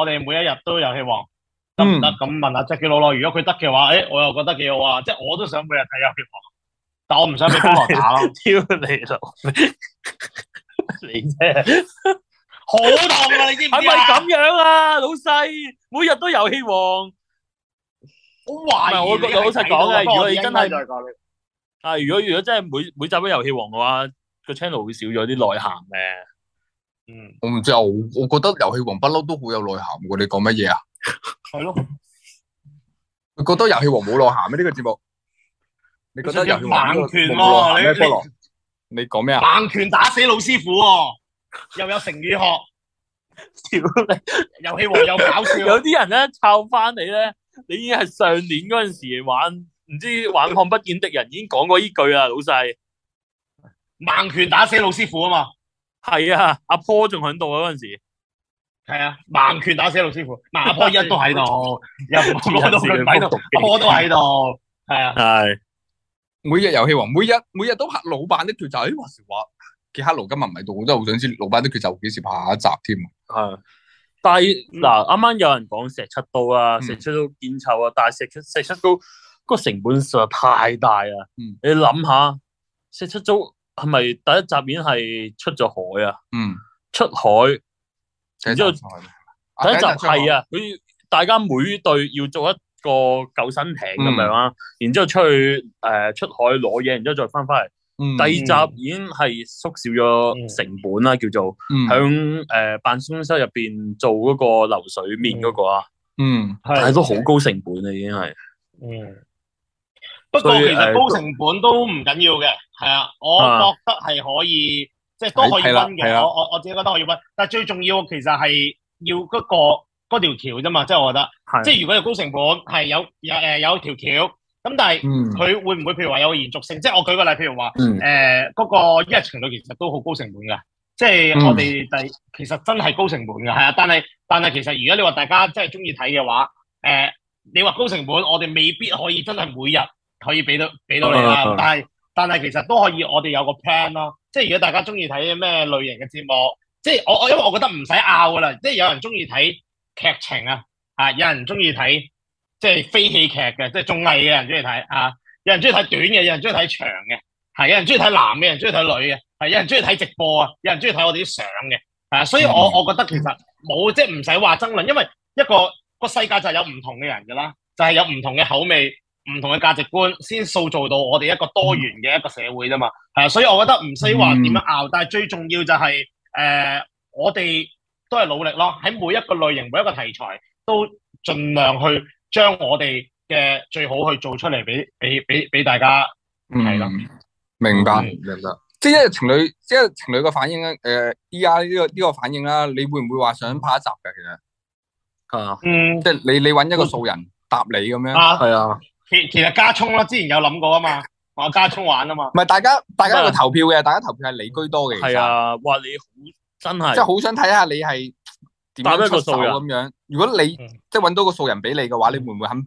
S3: 我哋每一日都遊戲王得
S1: 嗯
S3: 唔得？咁問下 Jackie 佬咯。如果佢得嘅話，誒我又覺得幾好啊，即係我都想每日睇遊戲王，但我唔想俾菠蘿打咯，
S1: 挑你老 (laughs) 味，你啫，
S3: 好痛啊！你知唔
S1: 係
S3: 知
S1: 咪
S3: 啊？
S1: 咁樣啊，老細？每日都遊戲王。
S3: 好懷疑
S1: 唔係我
S3: 你係
S1: 老實講啊
S3: 睇到
S1: 如果你
S3: 菠蘿
S1: 真係
S3: 應該再講你
S1: 啊，
S2: (laughs)
S1: 如果如果真係每每集都遊戲王嘅話，個 channel 會少咗啲內涵嘅。
S3: 嗯，
S2: 我唔知啊，我我觉得遊戲王不嬲都好有內涵喎。你講乜嘢啊？
S3: 系咯，
S2: 你覺得遊戲王冇內涵咩？呢個節目？你覺得遊戲王
S3: 猛拳
S2: 冇
S3: 喎
S2: 內涵咩？
S3: 你
S2: 菠蘿，你
S1: (laughs)
S2: 講咩啊？
S3: 猛拳打死老師傅喎，又有成語學，
S1: 屌你！
S3: 遊戲王又搞 (laughs)
S1: (laughs)
S3: 笑，
S1: 有啲人咧抄翻你咧，你已經係上年嗰陣時玩，唔知玩看不見敵人已經講過依句啦，老細。
S3: 猛拳打死老師傅啊嘛，
S1: 係啊，阿坡仲喺度啊嗰陣時，
S3: 係啊，猛拳打死老師傅，嗱阿波一都喺
S1: (laughs)
S3: 度，又唔
S1: 黐
S3: 到佢
S1: 線 (laughs)
S3: 唔喺度，阿波都喺度，係啊，
S1: 係
S2: 每日遊戲王，每日每日都拍老闆的決鬥。咦，話時話傑克勞今日唔喺度，我真係好想知老闆的決鬥幾時拍下一集添。啊
S1: 係。但係
S3: 嗯
S1: 嗱，啱啱有人講石七刀啊，
S2: 嗯
S1: 石七刀堅臭啊，但係石七石七刀個成本實在太大啦。
S2: 嗯
S1: 你諗下，石七刀係咪第一集已經係出咗海啊？
S2: 嗯，
S1: 出海。然之後
S2: 啊
S1: 第一集係，啊，佢大家每隊要做一個救生艇咁樣啦，然之後出去誒、呃出海攞嘢，然之後再翻翻嚟。
S2: 嗯
S1: 第二集已經係縮少咗成本啦，叫做
S2: 嗯
S1: 響誒辦公室入邊做嗰個流水面嗰個啊，
S2: 嗯
S1: 但
S3: 係
S1: 係都好高成本啦，已經係。
S3: 嗯，不過其
S1: 所以
S3: 實
S1: 誒
S3: 高成本都唔緊要嘅，係啊，我
S1: 啊
S3: 覺得係可以，即係都可以
S2: 係啦
S3: 温
S2: 係
S3: 嘅。
S2: 啦
S3: 我我我自己覺得可以温，但係最重要其實係要嗰個嗰條橋啫嘛，即係我覺得，即
S1: 係
S3: 係如果有高成本係有有誒有條橋，咁但係
S2: 嗯
S3: 佢會唔會譬如話有個延續性？即係我舉個例，譬如話
S1: 嗯
S3: 誒嗰個一日情侶其實都好高成本㗎，即係我哋第、其實真係高成本㗎，係啊，但係但係其實如果你話大家真係中意睇嘅話，誒、你話高成本，我哋未必可以真係每日可以俾到俾到你啦。
S1: 嗯嗯嗯
S3: 但係但係其實都可以，我哋有個 plan 咯。即係如果大家中意睇咩類型嘅節目，即係我我因為我覺得唔使拗噶啦，即係有人中意睇劇情啊，啊有人中意睇即係非戲劇嘅，即係綜藝嘅有人中意睇啊，有人中意睇短嘅，有人中意睇長嘅，係有人中意睇男嘅，有人中意睇女嘅，係有人中意睇直播啊，有人中意睇我哋啲相嘅，啊，所以我我覺得其實冇即係唔使話爭論，因為一個個世界就係有唔同嘅人噶啦，就係、有唔同嘅口味、唔同嘅價值觀，先塑造到我哋一個多元嘅一個社會啫嘛。係啊，所以我覺得唔需話點樣拗，但係最重要就係、呃我哋都係努力咯，喺每一個類型、每一個題材都盡量去將我哋嘅最好去做出嚟俾俾俾俾大家。係啦
S2: 嗯，明白
S3: 嗯
S2: 明白。即係情侶，即係情侶嘅反應咧。誒，依家呢個呢個反應啦，你會唔會話想拍一集嘅？其實
S1: 啊，
S3: 嗯
S2: 即係你你揾一個素人答你咁樣，
S3: 啊，
S1: 係啊，
S3: 其其實加葱啦，之前有諗過啊嘛，話加葱玩啊嘛，
S2: 唔係大家大家有個投票嘅，大家投票係你居多嘅。其實
S1: 啊係，啊，哇！你好真係，
S2: 即係好想睇下你係點樣出手
S1: 答一個
S2: 咁樣。如果你
S3: 嗯
S2: 即係揾到個素人俾你嘅話，你會唔會肯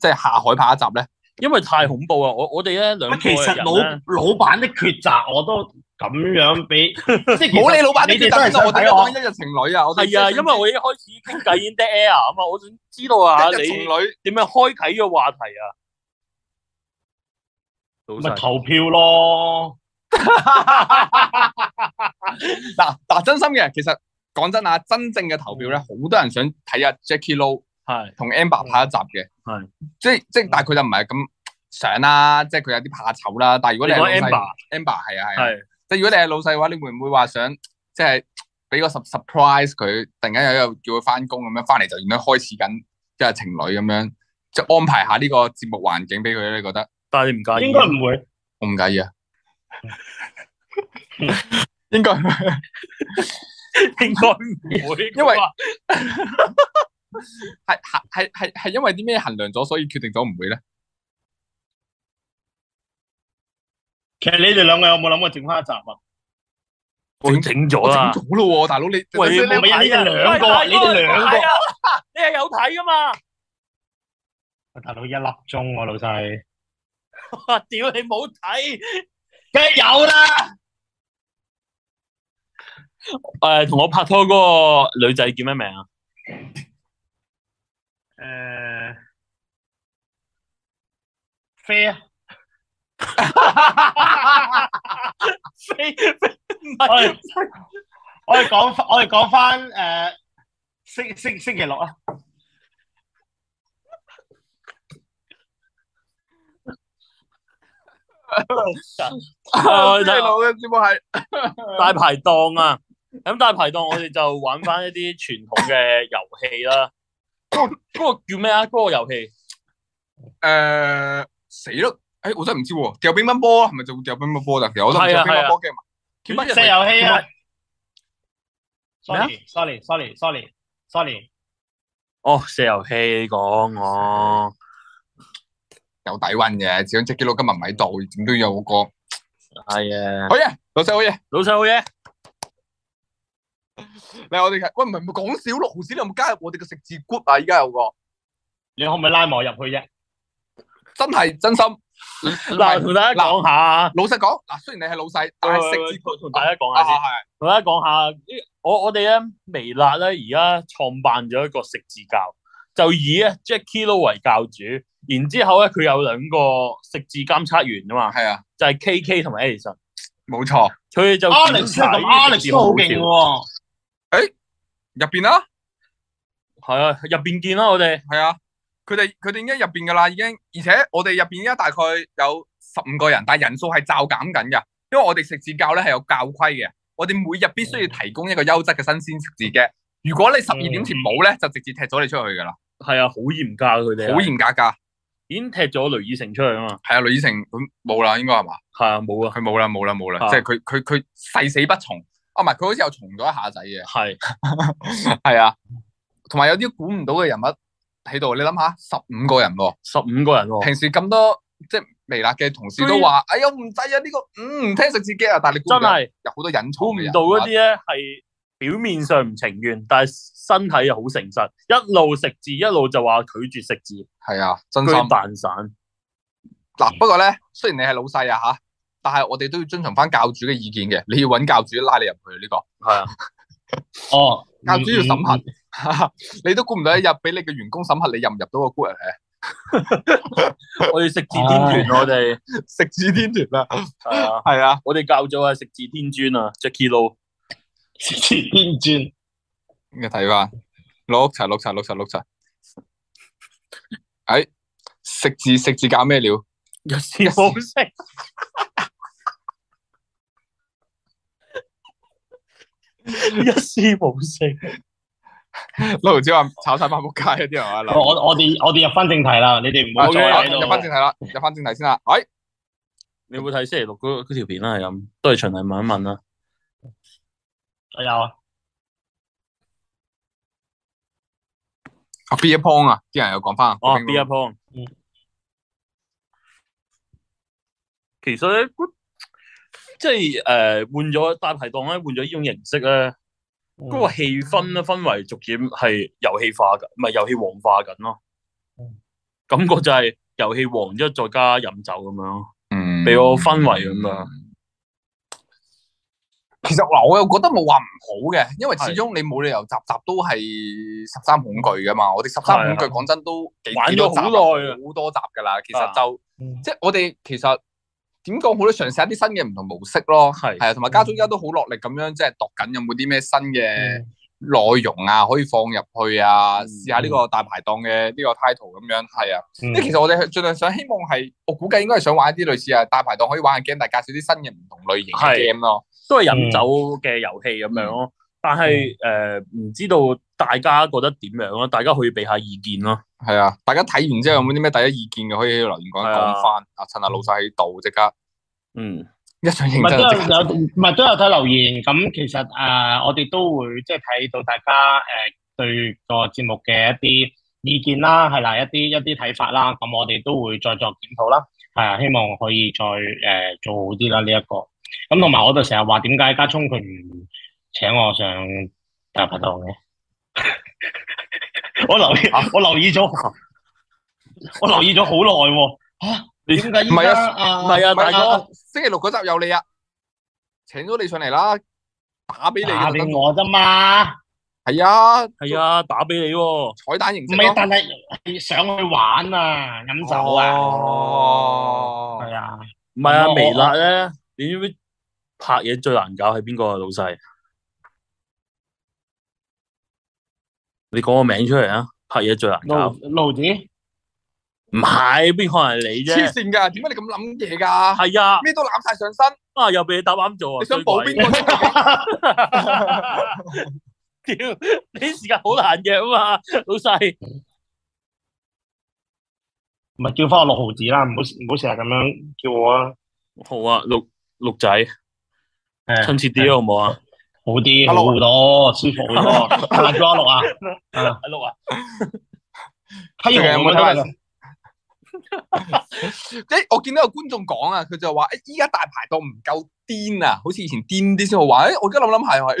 S2: 即係下海拍一集咧？
S1: 因為太恐怖啊！我我哋咧兩個
S3: 其實
S1: 人
S3: 老
S1: 咧，
S3: 老闆的抉擇我都咁樣 (laughs) 俾，即係
S2: 冇你老闆
S3: 你
S2: 你
S3: 哋
S2: 哋
S3: 都係
S2: 真
S3: 想
S2: 係我哋
S3: 睇我
S2: 講。一日情侶啊！我哋
S1: 係啊，因為我一開始傾偈已經 dead air 啊嘛，我想知道啊
S2: 一日
S1: 你
S2: 情。侶
S1: 点样开启个话题啊？老
S3: 咪
S1: 细，
S3: 投票咯，
S2: 嗱嗱，真心嘅，其實講真啊，真正嘅投票咧，
S1: 嗯
S2: 好多人想睇下 Jackie Lou
S1: 系
S2: 同 Amber 拍一集嘅，
S1: 嗯係嗯
S2: 即係即係，但係佢就唔係咁想啦，即係佢有啲怕醜啦。但係如果你係
S1: 你
S2: 老
S1: 講
S2: 細
S1: Amber
S2: Amber 係啊係啊。
S1: 系
S2: 即係如果你係老細嘅話，你會唔會話想即係俾個 sur- surprise 佢，突然間有一日叫佢翻工咁樣，翻嚟就原來開始緊即係情侶咁樣，即係安排下呢個節目環境俾佢咧？你覺得
S1: 但系你唔介意？啊
S3: 應該唔會。
S2: 我唔介意
S1: (laughs)
S2: 啊？ (laughs) 應該
S1: 应该唔会，
S2: 因為係係係係係因為啲咩衡量咗，所以決定咗唔會咧？
S3: 其實你哋兩個有冇諗過整翻一集啊？
S1: 我整咗
S2: 我整
S1: 啦。
S2: 咗咯喎，大佬你
S1: 喂
S2: 你
S1: 你
S3: 唔係啊，你哋兩
S1: 喂
S3: 個，
S1: 大哥
S3: 你哋兩
S1: 係
S3: 個，
S1: 啊你系有睇噶嘛？ (laughs)
S3: 大佬一粒鐘喎，老細，
S1: 哇！屌你冇睇？
S3: 梗係有啦。
S1: 诶，同我拍拖嗰个女仔叫咩名 (laughs) 啊？
S3: 誒，飛啊！
S1: 飞飞唔
S3: 我
S1: 系
S3: 哋我哋講翻，我哋講翻誒星星星期六啊！
S2: 你老嘅節目係
S1: 大排档啊！咁但係排檔我哋就玩翻一啲傳統嘅遊戲 (laughs) 啦。嗰、個叫咩啊？嗰、個遊戲
S2: 诶，死咯！诶，我真係唔知喎，掉乒乓波係咪就會掉乒乓波㗎？其實我都唔知
S1: 係啊
S2: 乒
S1: 係啊
S2: 乓波 game 啊。叫乜
S3: 石
S2: 嘢？
S3: 油氣啊
S1: 咩啊
S3: ！sorry，sorry，sorry，sorry，sorry，sorry，
S1: 哦，石油氣講我
S2: 有底運嘅，始終 j a c 佬今日唔喺度，點都有個。
S1: 係啊，
S2: 好嘢，老細好嘢。
S1: 老細好嘢。
S2: 你我哋嘅喂唔係講少咯，豪斯你有冇加入我哋嘅食字 group 啊？依家有個
S3: 你可唔可以拉埋我入去啫？
S2: 真係真心
S1: 嗱，同大家講下，哦
S2: 老實講嗱，雖然你係老細，但係食字 group
S1: 同大家講
S2: 啊
S1: 下先。
S2: 係
S1: 同大家講下，呢我我哋咧微辣咧而家創辦咗一個食字教，就以咧 Jackie Lou 為教主，然之後咧佢有兩個食字監測員啊嘛，
S2: 係啊，
S1: 就係、KK 同埋 Edison，
S2: 冇錯。
S1: 佢哋就
S3: Alex
S1: 檢查
S3: 咁
S1: 呢啲
S3: Alex
S1: 食字
S3: 都好
S1: 好
S3: 勁
S1: 勁，
S3: 喎，
S2: 入邊啦，
S1: 係啊，入邊見啦我哋，
S2: 係啊，佢哋佢哋已經入邊噶啦，已經，而且我哋入邊而家大概有十五個人，但係人數係驟減緊噶，因為我哋食字教咧係有教規嘅，我哋每日必須要提供一個優質嘅新鮮食字嘅。如果你十二點前冇咧，就直接踢咗你出去噶啦，
S1: 係啊，好嚴格啊佢哋啊，
S2: 好嚴格㗎。
S1: 已經踢咗雷以成出去啊嘛，
S2: 係啊，呂以成咁冇啦，應該係嘛？
S1: 係啊冇啊，
S2: 佢冇啦，冇啦，冇啦，
S1: 啊
S2: 即係佢佢佢誓死不從。啊，唔係，佢好似又從咗一下仔嘅，
S1: 係
S2: 係啊。同埋有啲估唔到嘅人物喺度，你諗下，十五個人喎。
S1: 十五個人喎、
S2: 平時咁多即係微辣嘅同事都話：哎呀唔制啊，呢個嗯唔聽食字機啊！但係你估
S1: 真
S2: 唔到
S1: 係
S2: 有好多隱藏
S1: 估唔
S2: 嘅人
S1: 到嗰啲咧係表面上唔情願，但係身體又好誠實，一路食字一路就話拒絕食字。
S2: 係啊，真心
S1: 佢蛋散，
S2: 嗱。不過咧，雖然你係老細啊吓，但係我哋都要遵從翻教主嘅意見嘅。你要揾教主拉你入去呢個， (laughs)
S1: 系啊，
S3: 哦，
S2: 教主要審
S3: 審核。 (laughs)
S2: 核，你都估唔到一日俾你嘅員工審核，你入唔入到個啊 group 嚟？
S1: (laughs) 我哋食字天團，我哋
S2: (laughs) 食字天團啊，
S1: 系啊，
S2: 係啊，
S1: 我哋教咗啊食字天尊啊，Jackie Lou
S3: 天轉
S2: 你睇翻六齊六齊六齊六齊，哎，食字食字搞咩料？
S1: 日事冇食，一絲冇食，
S2: 老子話炒晒翻仆街啊！啲人 (laughs) 話
S3: 我我我哋我哋入翻正題啦，你哋唔好再
S1: 好
S2: 好
S1: 嘅
S3: 喺
S2: 入翻正
S3: 度。
S2: 題啦，入翻正題先啦。哎，
S1: 你有冇睇星期六嗰嗰條片啊？係咁，都係循例問一問啊啦。
S3: 我有啊，
S2: 阿 B 一 p o n 啊，啲人又講翻。
S1: 哦，B 一 point
S3: 嗯。
S1: 其實咧，嗰即係诶換咗大排檔咧，換咗呢種形式咧，
S3: 嗯
S1: 嗰個氣氛咧氛圍逐漸係遊戲化緊，唔係遊戲黃化緊咯
S3: 嗯。
S1: 感覺就係遊戲黃之後再加飲酒咁樣咯，
S2: 嗯
S1: 俾我氛圍咁啊樣。
S2: 其實嗱，我又覺得冇話唔好嘅，因為始終你冇理由集集都係十三恐懼噶嘛。我哋十三恐懼講真都幾
S1: 啊玩咗
S2: 幾多集啊
S1: 好耐啊
S2: 好多集噶啦。其
S1: 啊
S2: 實就
S3: 嗯
S2: 即係我哋其實點講好咧，嘗試一啲新嘅唔同模式咯。
S1: 係
S2: 係啊，同埋家中而家都好落力咁樣，即係度緊有冇啲咩新
S3: 嗯
S2: 嘅。內容啊，可以放入去啊，
S1: 嗯
S2: 試下呢個大排檔嘅呢個 title 咁樣，係啊，
S3: 嗯
S2: 即係其實我哋係盡量想希望係，我估計應該係想玩一啲類似啊大排檔可以玩嘅 game，但係介紹啲新嘅唔同類型嘅
S1: 係
S2: game 咯。
S1: 都係飲酒嘅遊戲咁樣咯。但係誒唔知道大家覺得點樣咯？大家可以俾下意見咯。
S2: 係啊，大家睇完之後有冇啲咩第一意見嘅，可以留言講
S1: 係
S2: 一
S1: 啊
S2: 講翻啊，趁阿老細喺度即刻 (laughs)
S1: 嗯，
S2: 一想
S3: 唔
S2: 認
S3: 係
S2: 真
S3: 都
S2: 就
S3: 有
S2: 即刻
S3: 有，唔係都有睇留言。咁其實誒、呃我哋都會即係睇到大家誒、呃、對個節目嘅一啲意見啦，係啦，一啲一啲睇法啦。咁我哋都會再作檢討啦。係啊，希望可以再誒、呃做好啲啦呢一個。咁同埋我就成日話點解家聰佢唔請我上大排檔嘅？ (laughs) 我留
S1: 啊
S3: 意，我留意咗，我留意咗好耐喎。嚇
S1: 你
S3: 點解依
S2: 唔係
S3: 家
S2: 啊
S1: 唔係啊，
S2: 唔係
S1: 大哥，
S2: 星期六嗰集有你啊，請咗你上嚟啦，打俾你
S3: 打
S2: 嘅
S3: 俾
S2: 特登
S3: 我啫嘛？
S2: 係啊，
S1: 係啊，打俾你喎。
S2: 彩蛋形
S3: 唔
S2: 式
S3: 係，
S2: 咯。
S3: 但係係上去玩啊，飲酒啊，
S2: 哦
S3: 係啊，
S1: 唔係啊，
S3: 我
S1: 微辣咧，你知唔知拍嘢最難搞係邊個啊？老細，你講個名出嚟啊！拍嘢最難搞，
S3: 路路子
S1: 唔係邊可能係你
S2: 黐
S1: 啫？
S2: 線㗎，點解你咁諗嘢㗎？
S1: 係啊，
S2: 咩都攬晒上身，
S1: 啊又俾你答啱咗啊！
S2: 你想
S1: 衰
S2: 補
S1: 鬼
S2: 邊個出嚟？
S1: (laughs) 屌，你時間好難約啊嘛，老細。
S3: 咪叫翻我六毫子啦，唔好唔好成日咁樣叫我啊，
S1: 好啊，六六仔
S3: 係
S1: 親切啲好唔好啊？
S3: 好啲，
S2: 阿
S3: 好
S2: 六啊
S3: 好多，舒服
S2: (laughs)
S3: 好多。係咪叫阿六啊，
S1: 阿六啊，
S3: 閪紅咁樣得㗎
S2: 誒，我見到有觀眾講啊，佢就話：誒，依家大排檔唔夠癲啊，好似以前癲啲先好玩。誒，我而家諗諗係話，誒，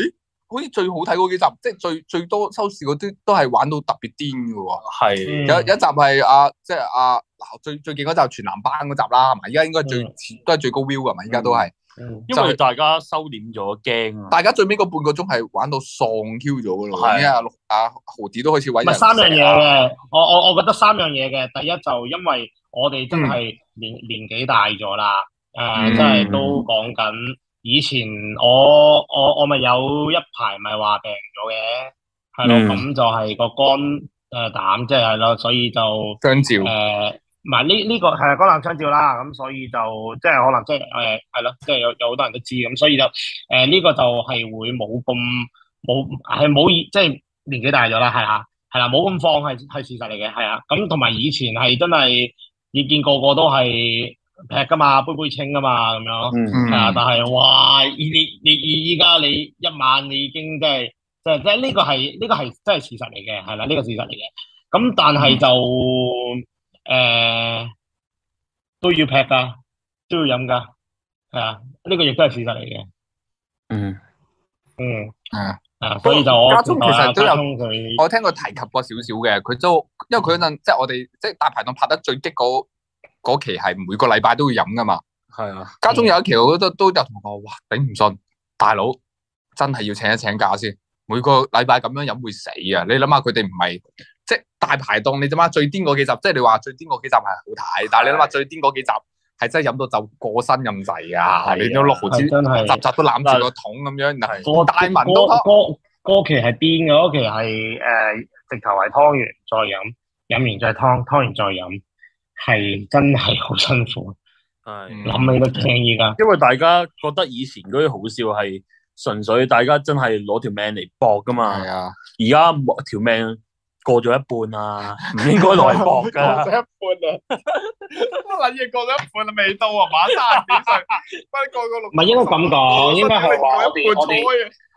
S2: 好似最好睇嗰幾集，即係最最多收視嗰啲都係玩到特別癲嘅喎。
S1: 係
S3: 嗯
S2: 有有一集係啊，即係啊，嗱最最勁嗰集全男班嗰集啦，係咪？而家應該最
S1: 嗯
S2: 都係最高 view 㗎嘛，而家都係。
S3: 嗯
S1: 因
S2: 就係
S1: 為大家收斂咗，驚啊。
S2: 大家最尾嗰半個鐘係玩到喪 Q 咗㗎咯
S1: 係
S2: 喎，已經啊六啊豪子都開始
S3: 唔
S2: 揾
S3: 係
S2: 人
S3: 三樣嘢
S2: 食啊
S3: 嘅，我我我覺得三樣嘢嘅。第一就因為我哋真係年年紀大咗啦，誒、
S2: 嗯
S3: 真係都講緊以前我我我咪有一排咪話病咗嘅，係
S1: 嗯
S3: 咯，咁就係個肝誒膽即係係咯，所以就
S2: 張照
S3: 誒。唔係呢呢個係江南昌照啦，咁所以就即係可能即係誒係咯，即係有有好多人都知咁，所以就誒呢個就係會冇咁冇係冇以即係年紀大咗啦，係啊，係啦，冇咁放係係事實嚟嘅，係啊，咁同埋以前係真係意見個個都係劈噶嘛，杯杯清噶嘛咁樣，
S1: 嗯，
S3: 係啊，
S2: 嗯
S3: 但係哇，依你你依依家你一晚你已經即係即係即係呢個係呢個係真係事實嚟嘅，係啦，呢個事實嚟嘅。咁
S2: 嗯
S3: 但係就誒、呃都要劈㗎，都要飲㗎，係啊，呢個亦都係事實嚟嘅。
S1: 嗯，
S3: 嗯，
S2: 嗯
S3: 啊，所以就我
S2: 家中其實都有
S3: 家中佢
S2: 我聽佢提及過少少嘅，佢都因為
S3: 嗯
S2: 佢嗰陣即係我哋即係大排檔拍得最激嗰嗰期係每個禮拜都會飲噶嘛。
S1: 係啊，
S2: 家中有
S3: 嗯
S2: 一期我都都有同我話：哇，頂唔順，大佬真係要請一請假先。每個禮拜咁樣飲會死啊！你諗下佢哋唔係即係大排檔，你諗下最癲嗰幾集，即係你話最癲嗰幾集係好睇，但係你諗下最癲嗰幾集係真係飲到就過身咁滯
S3: 啊
S2: 噶，你都六毫子
S3: 係
S2: 集集
S3: 真係
S2: 都攬住個桶咁樣，然後
S3: 個
S2: 大文都
S3: 個個個期係癲嘅，嗰期係誒直頭係湯完再飲，飲完再湯，湯完再飲，係真係好辛苦，
S2: 嗯
S1: 係。
S3: 諗起都驚依家。
S1: 因為大家覺得以前嗰啲好笑係純粹大家真係攞條命嚟搏噶嘛，
S2: 係啊，
S1: 而家冇條命過咗一半
S2: (laughs)
S1: 啦，唔應該攞嚟搏
S2: 過咗
S1: 噶
S2: 一。半 (laughs) 啊！乜撚嘢過咗一半啊？未到啊，晚三十幾歲，不過個六
S3: 唔係應該咁講，應該係話我哋我哋。
S2: 哋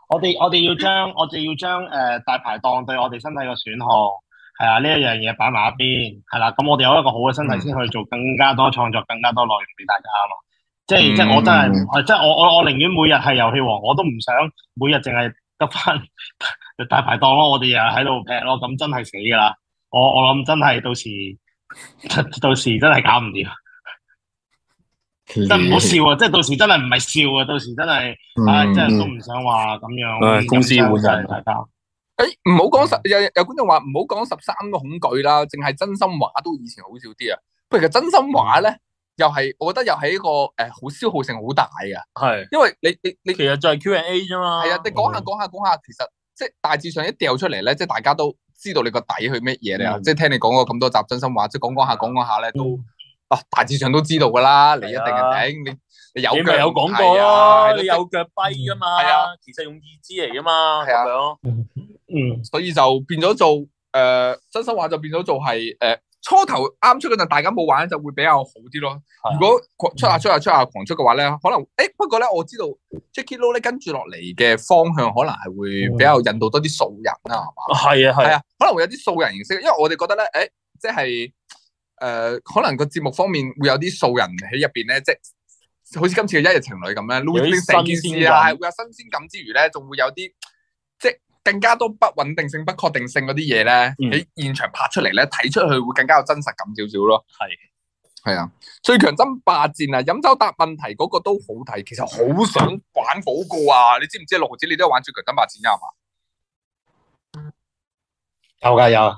S3: 我哋我哋要 (laughs) 將我哋要將誒、呃大排檔對我哋身體嘅損害係啊呢一樣嘢擺埋一邊係啦，咁我哋有一個好嘅身體先去做更加多創作、更加多內容俾大家啊嘛。即係、即係我真係，我即係我我我寧願每日係遊戲王，我都唔想每日淨係得翻 (laughs) 大排檔咯。我哋又喺度劈咯，咁真係死㗎啦！我我諗真係到時 (laughs) 到時真係搞唔掂，真係唔好笑啊！即係到時真係唔係笑啊，到時真係。啊，真係都唔想話咁
S1: 嗯唉
S3: 樣。
S1: 公司換人啊
S3: 大家。
S2: 誒，唔好講十有有觀眾話唔好講十三個恐懼啦，淨係真心話都以前好少啲啊。不過其實真心話
S3: 嗯
S2: 咧，又係我覺得又係一個誒好消耗性好大嘅，
S1: 係，
S2: 因為你你你
S1: 其實就係 Q&A 啫嘛。
S2: 係啊，你講下講下講下，其實即係大致上一掉出嚟咧，即係大家都知道你個底去咩嘢咧。
S1: 嗯
S2: 即係聽你講過咁多集真心話，即係講講下講講下咧，都啊大致上都知道噶啦。你一定係
S1: 係啊
S2: 頂你你有
S1: 你咪
S2: 腳
S1: 有
S2: 唔
S1: 講
S2: 係
S1: 過
S2: 啊
S1: 咯，
S2: 係
S1: 你有腳跛噶嘛？
S2: 係啊，
S1: 其實用意志嚟噶嘛，
S2: 係啊
S1: 咁樣。
S3: 嗯，
S2: 所以就變咗做誒、呃真心話就變咗做係誒、呃初頭啱出嗰陣，大家冇玩就會比較好啲咯
S1: 係啊。
S2: 如果狂出下出下出下狂出嘅話咧，可能誒、欸不過咧，我知道 Jackie Lou 咧跟住落嚟嘅方向，可能係
S1: 嗯
S2: 會比較引導多啲素人啦，係嘛？
S1: 係啊，係
S2: 係
S1: 啊，
S2: 啊，可能會有啲素人形式，因為我哋覺得咧，誒、即係誒、呃可能個節目方面會有啲素人喺入邊咧，即係。好似今次嘅一日情侶咁咧
S1: 有啲
S2: ，Louis 成件
S1: 新
S2: 事
S1: 鮮
S2: 啊，
S1: 感
S2: 係會有新鮮感之餘咧，仲會有啲即係更加多不穩定性、不確定性嗰啲嘢咧，
S1: 嗯
S2: 喺、現場拍出嚟咧，睇出去會更加有真實感少少咯。
S1: 係
S2: 係啊，最強爭霸戰啊，飲酒答問題嗰個都好睇，其實好想玩嗰個啊！你知唔知六毫子你都有玩最強爭霸戰㗎係嘛？
S3: 有噶有㗎。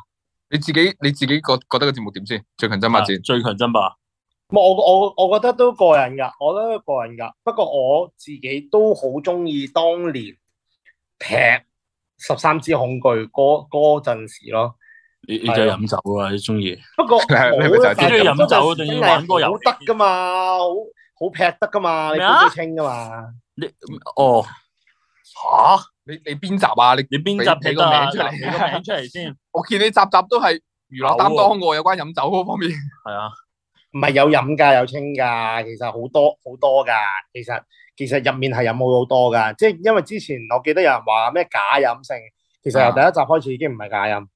S2: 你自己你自己覺覺得個節目點先？最強爭霸戰。
S1: 啊最強爭霸。
S3: 我我我覺得都過癮噶，我覺得都過癮噶。不過我自己都好中意當年劈十三支恐懼嗰嗰陣時咯，
S1: 你你就
S3: 係啊
S1: 飲酒啊？你中意？
S3: 不
S1: (laughs)
S3: 過
S2: 係你咪就係
S1: 中意飲酒定要玩多遊
S3: 好得噶嘛，好好劈得噶嘛，你
S1: 咩啊
S3: 杯杯清噶嘛。
S1: 哦，吓
S2: 你你边集啊？你
S1: 你邊
S2: 俾
S1: 集
S2: 俾
S1: 俾
S2: 個
S1: 個
S2: 名
S1: 名
S2: 出
S1: 出
S2: 嚟
S1: 嚟？俾個名出嚟先。
S2: 我見你集集都係娛樂擔當喎，有關飲酒嗰方面。
S1: 係 (laughs) 啊，
S3: 唔係有飲㗎，有清㗎，其實好多好多㗎。其實其實入面係飲好好多㗎，即係因為之前我記得有人話咩假飲性，其實由第一集開始已經唔係假飲，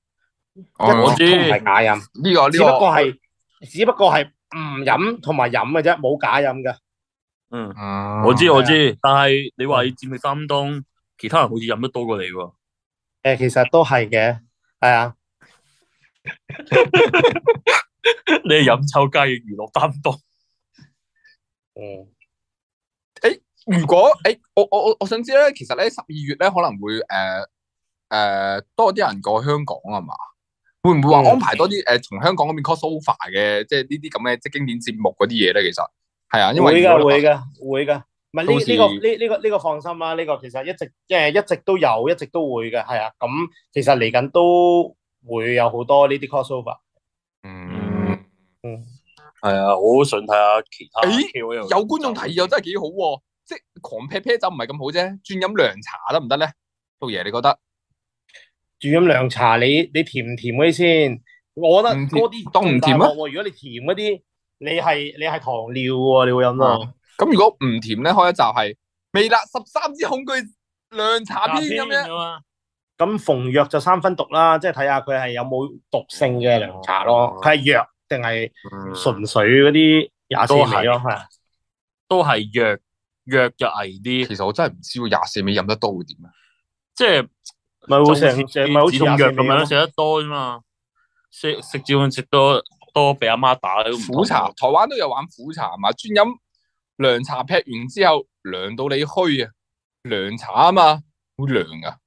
S1: 我
S3: 一
S1: 知
S3: 直都唔係假飲，
S2: 呢個呢
S3: 哦只不過
S2: 個
S3: 係只不過係唔飲同埋飲嘅啫，冇假飲㗎。
S1: 嗯，
S2: 嗯
S1: 我知
S3: 啊
S1: 我知，但係你話你佔佢擔當，其他人好似飲得多過你喎。
S3: 誒，其實都係嘅，係啊，
S1: 你係飲酒界嘅娛樂擔當，
S3: 嗯，
S2: 如果诶、我我我我想知咧，其實咧十二月咧可能會诶诶、呃多啲人過香港啊嘛，會唔會話
S3: 嗯
S2: 安排多啲诶從香港嗰邊 crossover 嘅，即係呢啲咁嘅即係經典節目嗰啲嘢咧？其實係啊，因為
S3: 會
S2: 如
S3: 㗎
S2: 果
S3: 會
S2: 你話
S3: 㗎會㗎。唔係
S2: 到時
S3: 呢呢個呢呢個呢個放心啦，呢個其實一直即係一直都有，一直都會嘅，係啊。咁其實嚟緊都會有好多呢啲 crossover。
S2: 嗯，
S1: 係啊，我好想睇下其他
S2: 咦
S1: KOL 嘅
S2: 有觀眾提議又真係幾好喎、即係狂啤啤酒唔係咁好啫，轉飲涼茶得唔得咧？道爺你覺得？
S3: 住飲涼茶，你你甜唔甜嗰啲先？我覺得
S2: 唔甜
S3: 嗰啲
S2: 當唔甜啊
S3: 仲大鑊喎如果你甜嗰啲，你係你係糖尿喎，你會飲到。
S2: 咁如果唔甜咧，開一集係未辣十三支恐懼涼茶
S1: 下
S2: 篇咁樣。
S1: 啊嘛。
S3: 咁逢藥就三分毒啦，即係睇下佢係有冇毒性嘅涼茶咯，佢係藥定係純粹嗰啲廿四味咯，係啊
S1: 都係弱弱就危啲，
S2: 其實我真係唔知喎，廿四味飲得多會點啊？
S1: 即係
S3: 咪會成
S1: 就
S3: 成咪好似
S1: 止痛
S3: 廿
S1: 藥
S3: 四味
S1: 咁樣
S3: 咁
S1: 食得多啫嘛，食食止痛食多多俾阿媽打都唔同
S2: 苦茶，台灣都有玩苦茶嘛，專飲涼茶劈完之後涼到你虛啊，涼茶啊嘛，好涼噶。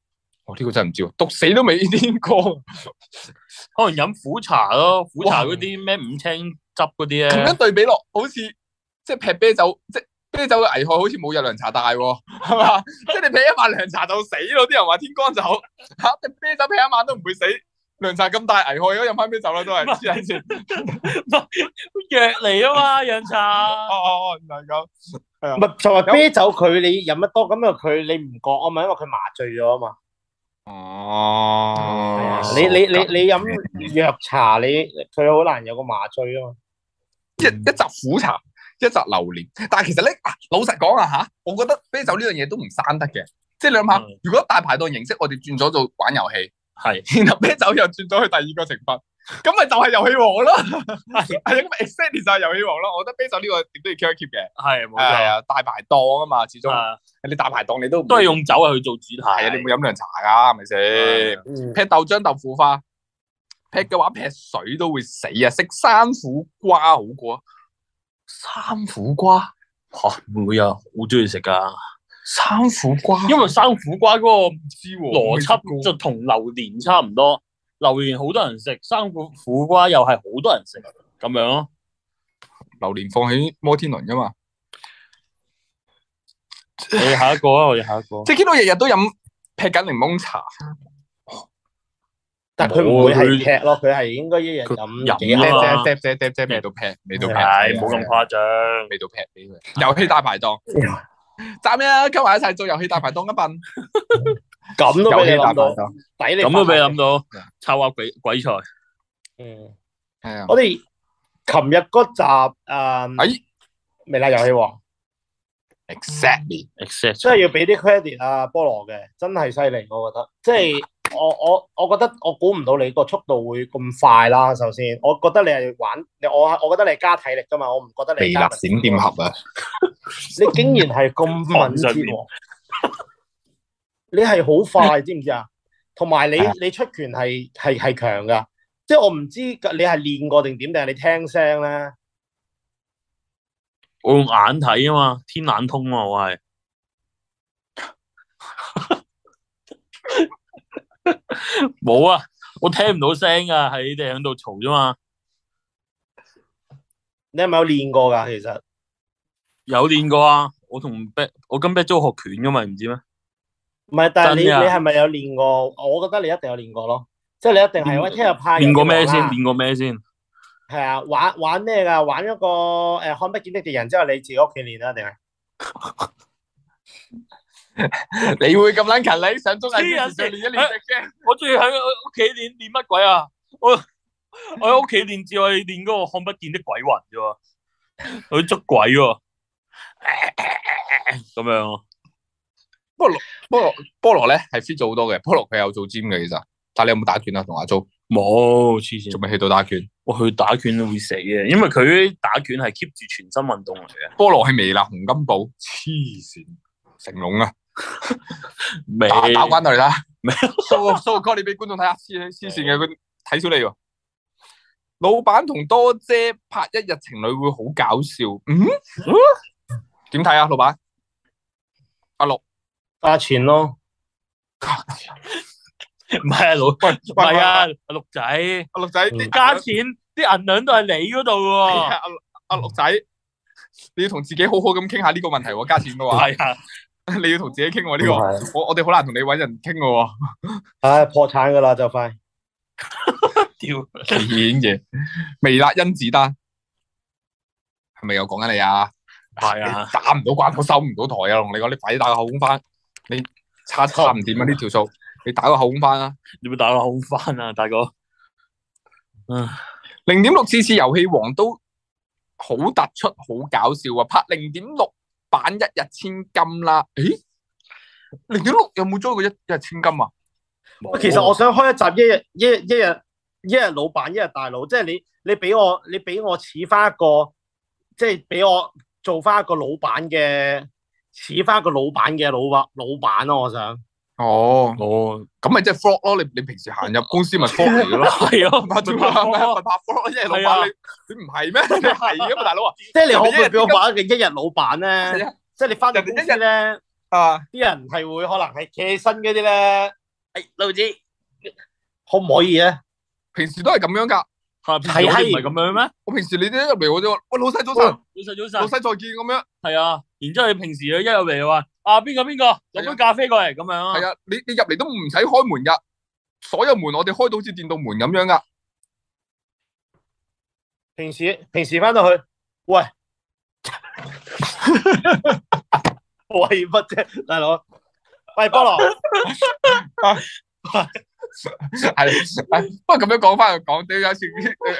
S2: 我呢個真係唔知喎，毒死都未聽過。
S1: 可能飲苦茶咯，苦茶嗰啲咩五青汁嗰啲
S2: 咁
S3: 呃
S2: 樣
S1: 咧，
S2: 對比落，好似即係劈啤酒，即係啤酒嘅危害好似冇日涼茶大喎， (laughs) 係嘛？即係你劈一晚涼茶就死咯，啲人話天光酒 (laughs) 嚇，你啤酒劈一晚都唔會死，涼茶咁大危害，如果飲翻啤酒啦都係黐
S3: (laughs)
S2: 撚線。
S1: 藥嚟啊嘛，洋茶
S2: 哦。哦哦，原來咁。
S3: 樣。咪就係啤酒佢你飲得多，咁啊佢你唔覺啊嘛，因為佢麻醉咗啊嘛。
S2: 哦
S1: 哦
S3: 啊你你你你飲藥茶，你佢好難有個麻醉啊嘛。
S2: 一
S1: 嗯
S2: 一集苦茶，一集榴蓮。但係其實咧，啊老實講啊吓，我覺得啤酒呢樣嘢都唔生得嘅。即係你諗下
S1: 嗯，
S2: 如果大排檔形式，我哋轉咗做玩遊戲，
S1: 係
S2: 然後啤酒又轉咗去第二個成分，咁咪就係遊戲王咯。 (laughs) 係啊，咁咪 exactly 就係遊戲王咯。我覺得啤酒呢個亦都要 keep 一 keep 嘅。
S1: 係冇
S2: 係
S1: 錯
S2: 啊，大排檔啊嘛，始終
S1: 啊，
S2: 你大排檔你都唔
S1: 都係用酒去做主
S2: 係啊，
S1: 題
S2: 你。唔會飲涼茶㗎，係咪先？
S3: 嗯，
S2: 劈豆漿豆腐花，劈嘅話劈水都會死啊！食生苦瓜好過，生苦瓜，
S1: 嚇唔會啊，好中意食㗎，
S2: 生苦瓜，
S1: 因為生苦瓜嗰個
S2: 知
S1: 邏輯就同榴蓮差唔多，榴蓮好多人食，生苦苦瓜又係好多人食，咁樣咯。
S2: 榴蓮放喺摩天輪噶嘛，
S1: 我哋下一個啊，我哋下一
S3: (laughs)
S1: 個。
S2: 即係見到日日都飲劈緊檸檬茶，
S3: 但係佢唔會
S1: 冇
S3: 係劈咯，佢係應該一日
S1: 飲
S3: 飲幾
S1: 啊
S3: 下
S1: 嘛。
S2: 啫啫啫啫啫，未到劈，未到劈，
S1: 係
S3: 啊
S1: 冇咁誇張。
S2: 未到劈俾佢。遊戲大排檔，賺咩啊？今埋一齊做遊戲大排檔一笨，
S3: 咁都
S2: 遊
S3: 俾你
S2: 戲大
S3: 諗
S2: 排
S3: 到，
S2: 檔，
S3: 抵啊你
S1: 咁都俾你
S3: 發
S1: 諗到
S2: 嗯，
S1: 策劃鬼鬼才
S3: 嗯，
S2: 係啊，
S3: 我哋琴日嗰集誒
S2: 哎
S3: 微辣遊戲王，
S2: ，exactly，
S1: ，exact
S3: 真係要俾啲 credit 啊菠蘿嘅，真係犀利，我覺得。即係我我我覺得我估唔到你個速度會咁快啦。首先，我覺得你係玩你我我覺得你係加體力㗎嘛，我唔覺得你係
S2: 微
S3: 加
S2: 辣
S3: 文
S2: 閃電俠啊，
S3: 你竟然係 (laughs) 咁敏捷喎！你係好快，知唔知啊？同埋你你出拳係係係強噶，即係我唔知你係練過定點，定係你聽聲咧？
S1: 我用眼睇啊嘛，天眼通啊，我係。冇啊，我聽唔到聲啊，係你哋喺度嘈啫嘛。
S3: 你係咪有練過㗎？其實
S1: 有練過啊，我同 b 我跟 b 租學拳噶嘛，唔知咩？
S3: 唔係，但係你
S1: 真㗎
S3: 你係咪有練過？我覺得你一定有練過咯。即係你一定係喂，聽日派人
S1: 练过咩
S3: 嚟玩
S1: 先？
S3: 啊
S1: 练过咩先？
S3: 係啊，玩玩咩㗎？玩一個诶看不見的敵人之後，你自己屋企練啊，定係？
S2: 你會咁撚勤力，上綜藝之前再練一練
S1: 黐
S2: 隻 game。
S1: 我中意喺屋企练练乜鬼啊？我我喺屋企练只係练嗰个看不见的鬼魂啫喎，佢捉鬼喎，咁样咯。
S2: 菠蘿菠蘿咧係 fit 咗好多嘅，菠蘿佢有做 gym 嘅其實，但系你有冇打拳啊？同阿 Jo
S1: 冇黐线
S2: 仲，未去到打拳，
S1: 我去打拳都会死嘅，因为佢打拳系 keep 住全身运动嚟嘅，
S2: 菠蘿係微辣洪金寶，黐線，成龍啊，
S1: 未
S2: 打打關佢啦，show show 個 call 你俾觀眾睇下，黐黐線嘅佢睇小你喎。老闆同多姐拍一日情侶會好搞笑，嗯？點睇啊，老闆？
S3: 花錢咯，
S1: 唔系啊老，唔
S2: 喂，
S1: 系啊
S2: 喂，
S1: 阿六仔
S2: 阿六仔，
S3: 嗯
S2: 啲
S1: 加钱啲银两都系你嗰度
S2: 係
S1: 喎 (laughs)
S2: 啊，阿阿六仔，你要同自己好好咁傾下呢個問題喎，加錢嘅 (laughs) 話，
S1: 系啊，
S2: 你要同自己傾喎呢
S3: 咁
S2: 個。
S3: 係
S2: 我我哋好難同你揾人傾嘅喎。
S3: 唉破產㗎啦就快。
S1: 屌，
S2: 演嘅微辣甄子丹係咪又講緊你啊？
S1: 係啊
S2: 你打唔到關口，收唔到台啊！同你講，你快啲打個後空翻，你差差唔掂啊！呢條數，你打個後空翻啊！
S1: (laughs) 你咪打个空翻啊，大哥。
S2: 零點六次次遊戲王都好突出，好搞笑啊！拍零點六版一日千金啦，咦？零點六有冇追過一日千金啊？
S3: 喂哦其實我想開一集一日一日一日一日老闆一日大佬，即係你你俾我你俾我似翻一個，即係俾我做翻一個老闆嘅，似翻一個老闆嘅老闆老闆咯，我想。
S2: 哦，
S1: 我
S2: 咁咪即係 frog 咯！你你平時行入公司咪 frog 嚟嘅咯？
S1: 系 (laughs) 啊，
S2: 拍
S1: 咪拍
S2: 咪
S1: 拖
S2: 拍
S1: 咯
S2: 咪拍 frog 咯！一日老
S1: 係啊
S2: 闆你你唔係
S1: (laughs)
S2: 咩？你係啊嘛，大佬啊！
S3: 即係你可唔可以俾我玩一個一日老闆咧？即係你翻到公司咧，啲
S2: 啊！
S3: 人係會可能係企起身嗰啲咧。哎，老子可唔可以啊咧？
S2: 平時都係咁樣㗎。
S1: 係啊平時好似唔系咁样咩？
S2: 我平時你啲入嚟我就話：喂，老細早晨，
S1: 老细早
S2: 老
S1: 晨
S2: 細。再見咁樣。
S1: 系啊，然之后你平時一入嚟就話啊邊個邊個飲杯咖啡過嚟咁樣啊，
S2: 係啊，你你入嚟都唔使開門㗎，所有門我哋開到好似電動門咁樣㗎。 (laughs)
S3: 平時平時翻到去，喂， (laughs) 喂乜啫，大佬？喂，菠蘿，
S2: 係係，不過咁樣講翻又講，你有時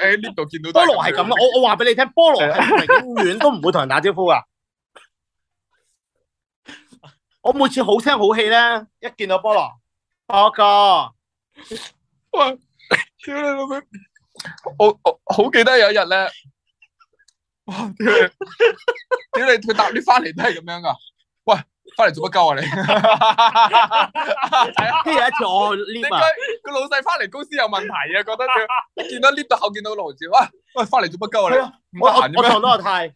S2: 喺 lift 度見到都
S3: 菠蘿係咁，啊我我話俾你聽，菠蘿係永遠都唔會同人打招呼啊噶。我每次好聲好氣咧，一見到菠蘿，我哥。
S2: 屌你老味！我我好記得有一日咧，哇！屌你，
S1: (laughs)
S2: 屌你，佢搭 lift 翻嚟都係咁樣㗎。喂，翻嚟做乜鳩啊你？
S3: 跟住有一次我去
S2: 應
S3: lift
S2: 該
S3: 啊，
S2: 個老細翻嚟公司有問題啊，覺得 (laughs) 佢見到 lift 到後見到羅志，喂喂，翻嚟做乜鳩
S3: 係
S2: 啊
S3: 啊，
S2: 你？唔
S3: 我
S2: 得
S3: 我
S2: 閒嘅
S3: 我
S2: 咩？
S3: 撞到阿泰，佢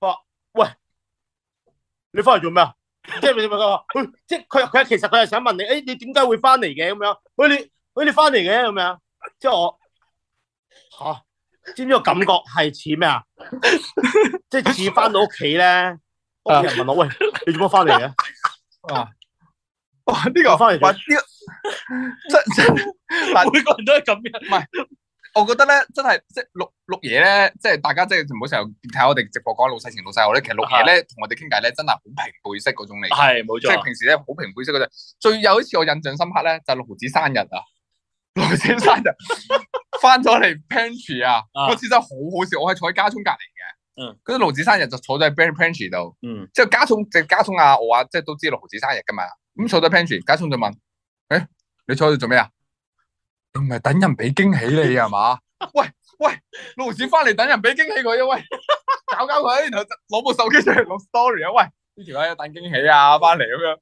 S3: 話：喂，你翻嚟做咩啊？ (laughs) 即係佢佢話，喂即係佢佢其實佢係想問你，誒、你點解會翻嚟嘅咁樣？喂你喂你翻嚟嘅咁樣，即係我吓、知唔知個感覺係似咩啊？ (laughs) 即係似翻到屋企咧，屋企人問我：喂，你做乜翻嚟嘅？
S2: 哇！呢
S3: 我
S2: (laughs) 個
S3: 翻嚟做
S2: 哇呢個 (laughs) 真真
S1: (laughs)
S2: 嗱，
S1: 每個人都係咁樣。
S2: 我覺得咧真係即係六六爺咧，即係大家即係唔好成日睇我哋直播講老細前老細後咧，其實六爺咧同我哋傾偈咧真係好平輩式嗰種嚟嘅，
S1: 係冇
S2: 即係
S1: 錯，
S2: 平時咧好平輩式嗰種。最有一次我印象深刻咧，就係六毫子生日啊，六毫子生 (laughs) 日翻咗嚟 pantry 啊，
S1: 啊
S2: 嗰次真係好好笑，我係坐喺家聰隔離嘅，
S1: 嗯，
S2: 嗰陣六毫子生日就坐咗喺 pan- pantry 度。
S1: 嗯，
S2: 之後加重即係加重啊，我啊，即係都知六毫子生日噶嘛。咁坐咗 pantry，加重就問：，诶、你坐喺度做咩啊？你唔係等人俾驚喜你啊係嘛？喂喂，六毫子翻嚟等人俾驚喜佢啊！喂， (laughs) 搞搞佢，然後就攞部手機出嚟錄 story 啊！喂，呢條友有等驚喜啊，翻嚟咁樣。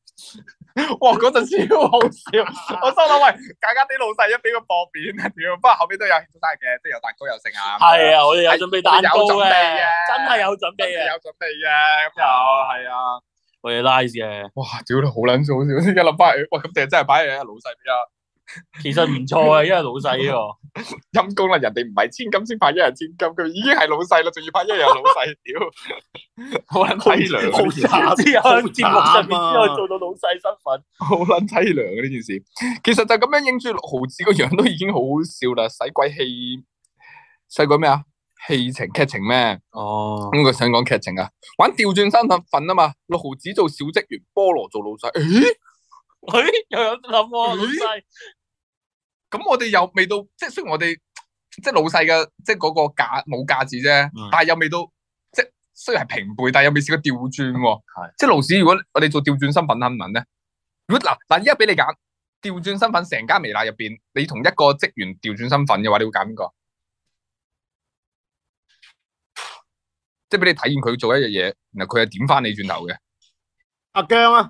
S2: (laughs) 哇！嗰陣超好笑，我心諗喂，假假啲老細一俾佢薄面啊，屌！不過後尾都有慶祝生日嘅，即係有蛋糕有剩啊。
S1: 係啊，我哋有準備蛋糕
S2: 哎我哋有準備
S1: 嘅
S2: 嘅，
S1: 真係有準
S2: 真
S1: 備
S2: 係
S1: 嘅，
S2: 有準備嘅，咁又係啊。
S1: 我哋 nice 嘅，
S2: 哇！屌你好撚早笑，依家諗翻起，喂咁定係真係擺喺老細俾啊
S1: 其實唔錯啊，因為老細呢
S2: (laughs)
S1: 個。
S2: 阴公啦，人哋唔系千金先派一人千金，佢已經係老細啦，仲要派一人老細， (laughs) 屌，好撚凄涼啊呢件事，
S3: 好
S1: 之後喺節目上面
S3: 好慘
S1: 之
S3: 啊
S1: 後做到老細身份，
S2: 好撚凄涼啊呢件事。其實就咁樣影住六毫子個樣都已經好好笑啦，使鬼戲，使鬼咩啊？戲情劇情咩？
S1: 哦，
S2: 咁佢想講劇情啊，玩調轉身份啊嘛，六毫子做小職員，菠蘿做老細。咦
S1: 佢又有諗喎，老細，
S2: 咁我哋又未到，即係雖然我哋即係老細嘅，即係嗰個價冇價值啫，
S1: 嗯
S2: 但係又未到，即係雖然係平輩，但係又未試過調轉喎
S1: 係。
S2: 即係勞士，如果我哋做調轉身份肯唔肯咧？如果嗱嗱，依家俾你揀調轉身份，成間微辣入邊，你同一個職員調轉身份嘅話，你會揀邊個？即係俾你體驗佢做一樣嘢，然後佢係點翻你轉頭嘅。
S3: 阿姜
S2: (laughs)
S3: 啊，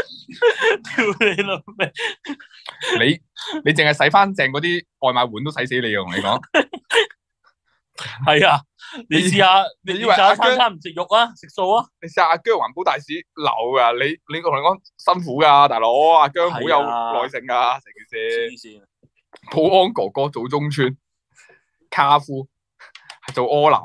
S1: 屌你老味，
S2: 你你淨係洗翻淨嗰啲外賣碗都洗死你嘅，我同你講。
S1: 係啊，你試下，你
S2: 你以
S1: 試
S2: 為
S1: 下
S2: 阿
S1: 餐
S2: 姜
S1: 餐唔食肉啊，食素啊，
S2: 你試下阿姜環保大使流噶，你你同你講辛苦噶，大佬阿姜好有
S1: 係啊
S2: 耐性噶，成件事。
S1: 黐線，
S2: 保安哥哥做中村，卡夫做柯南，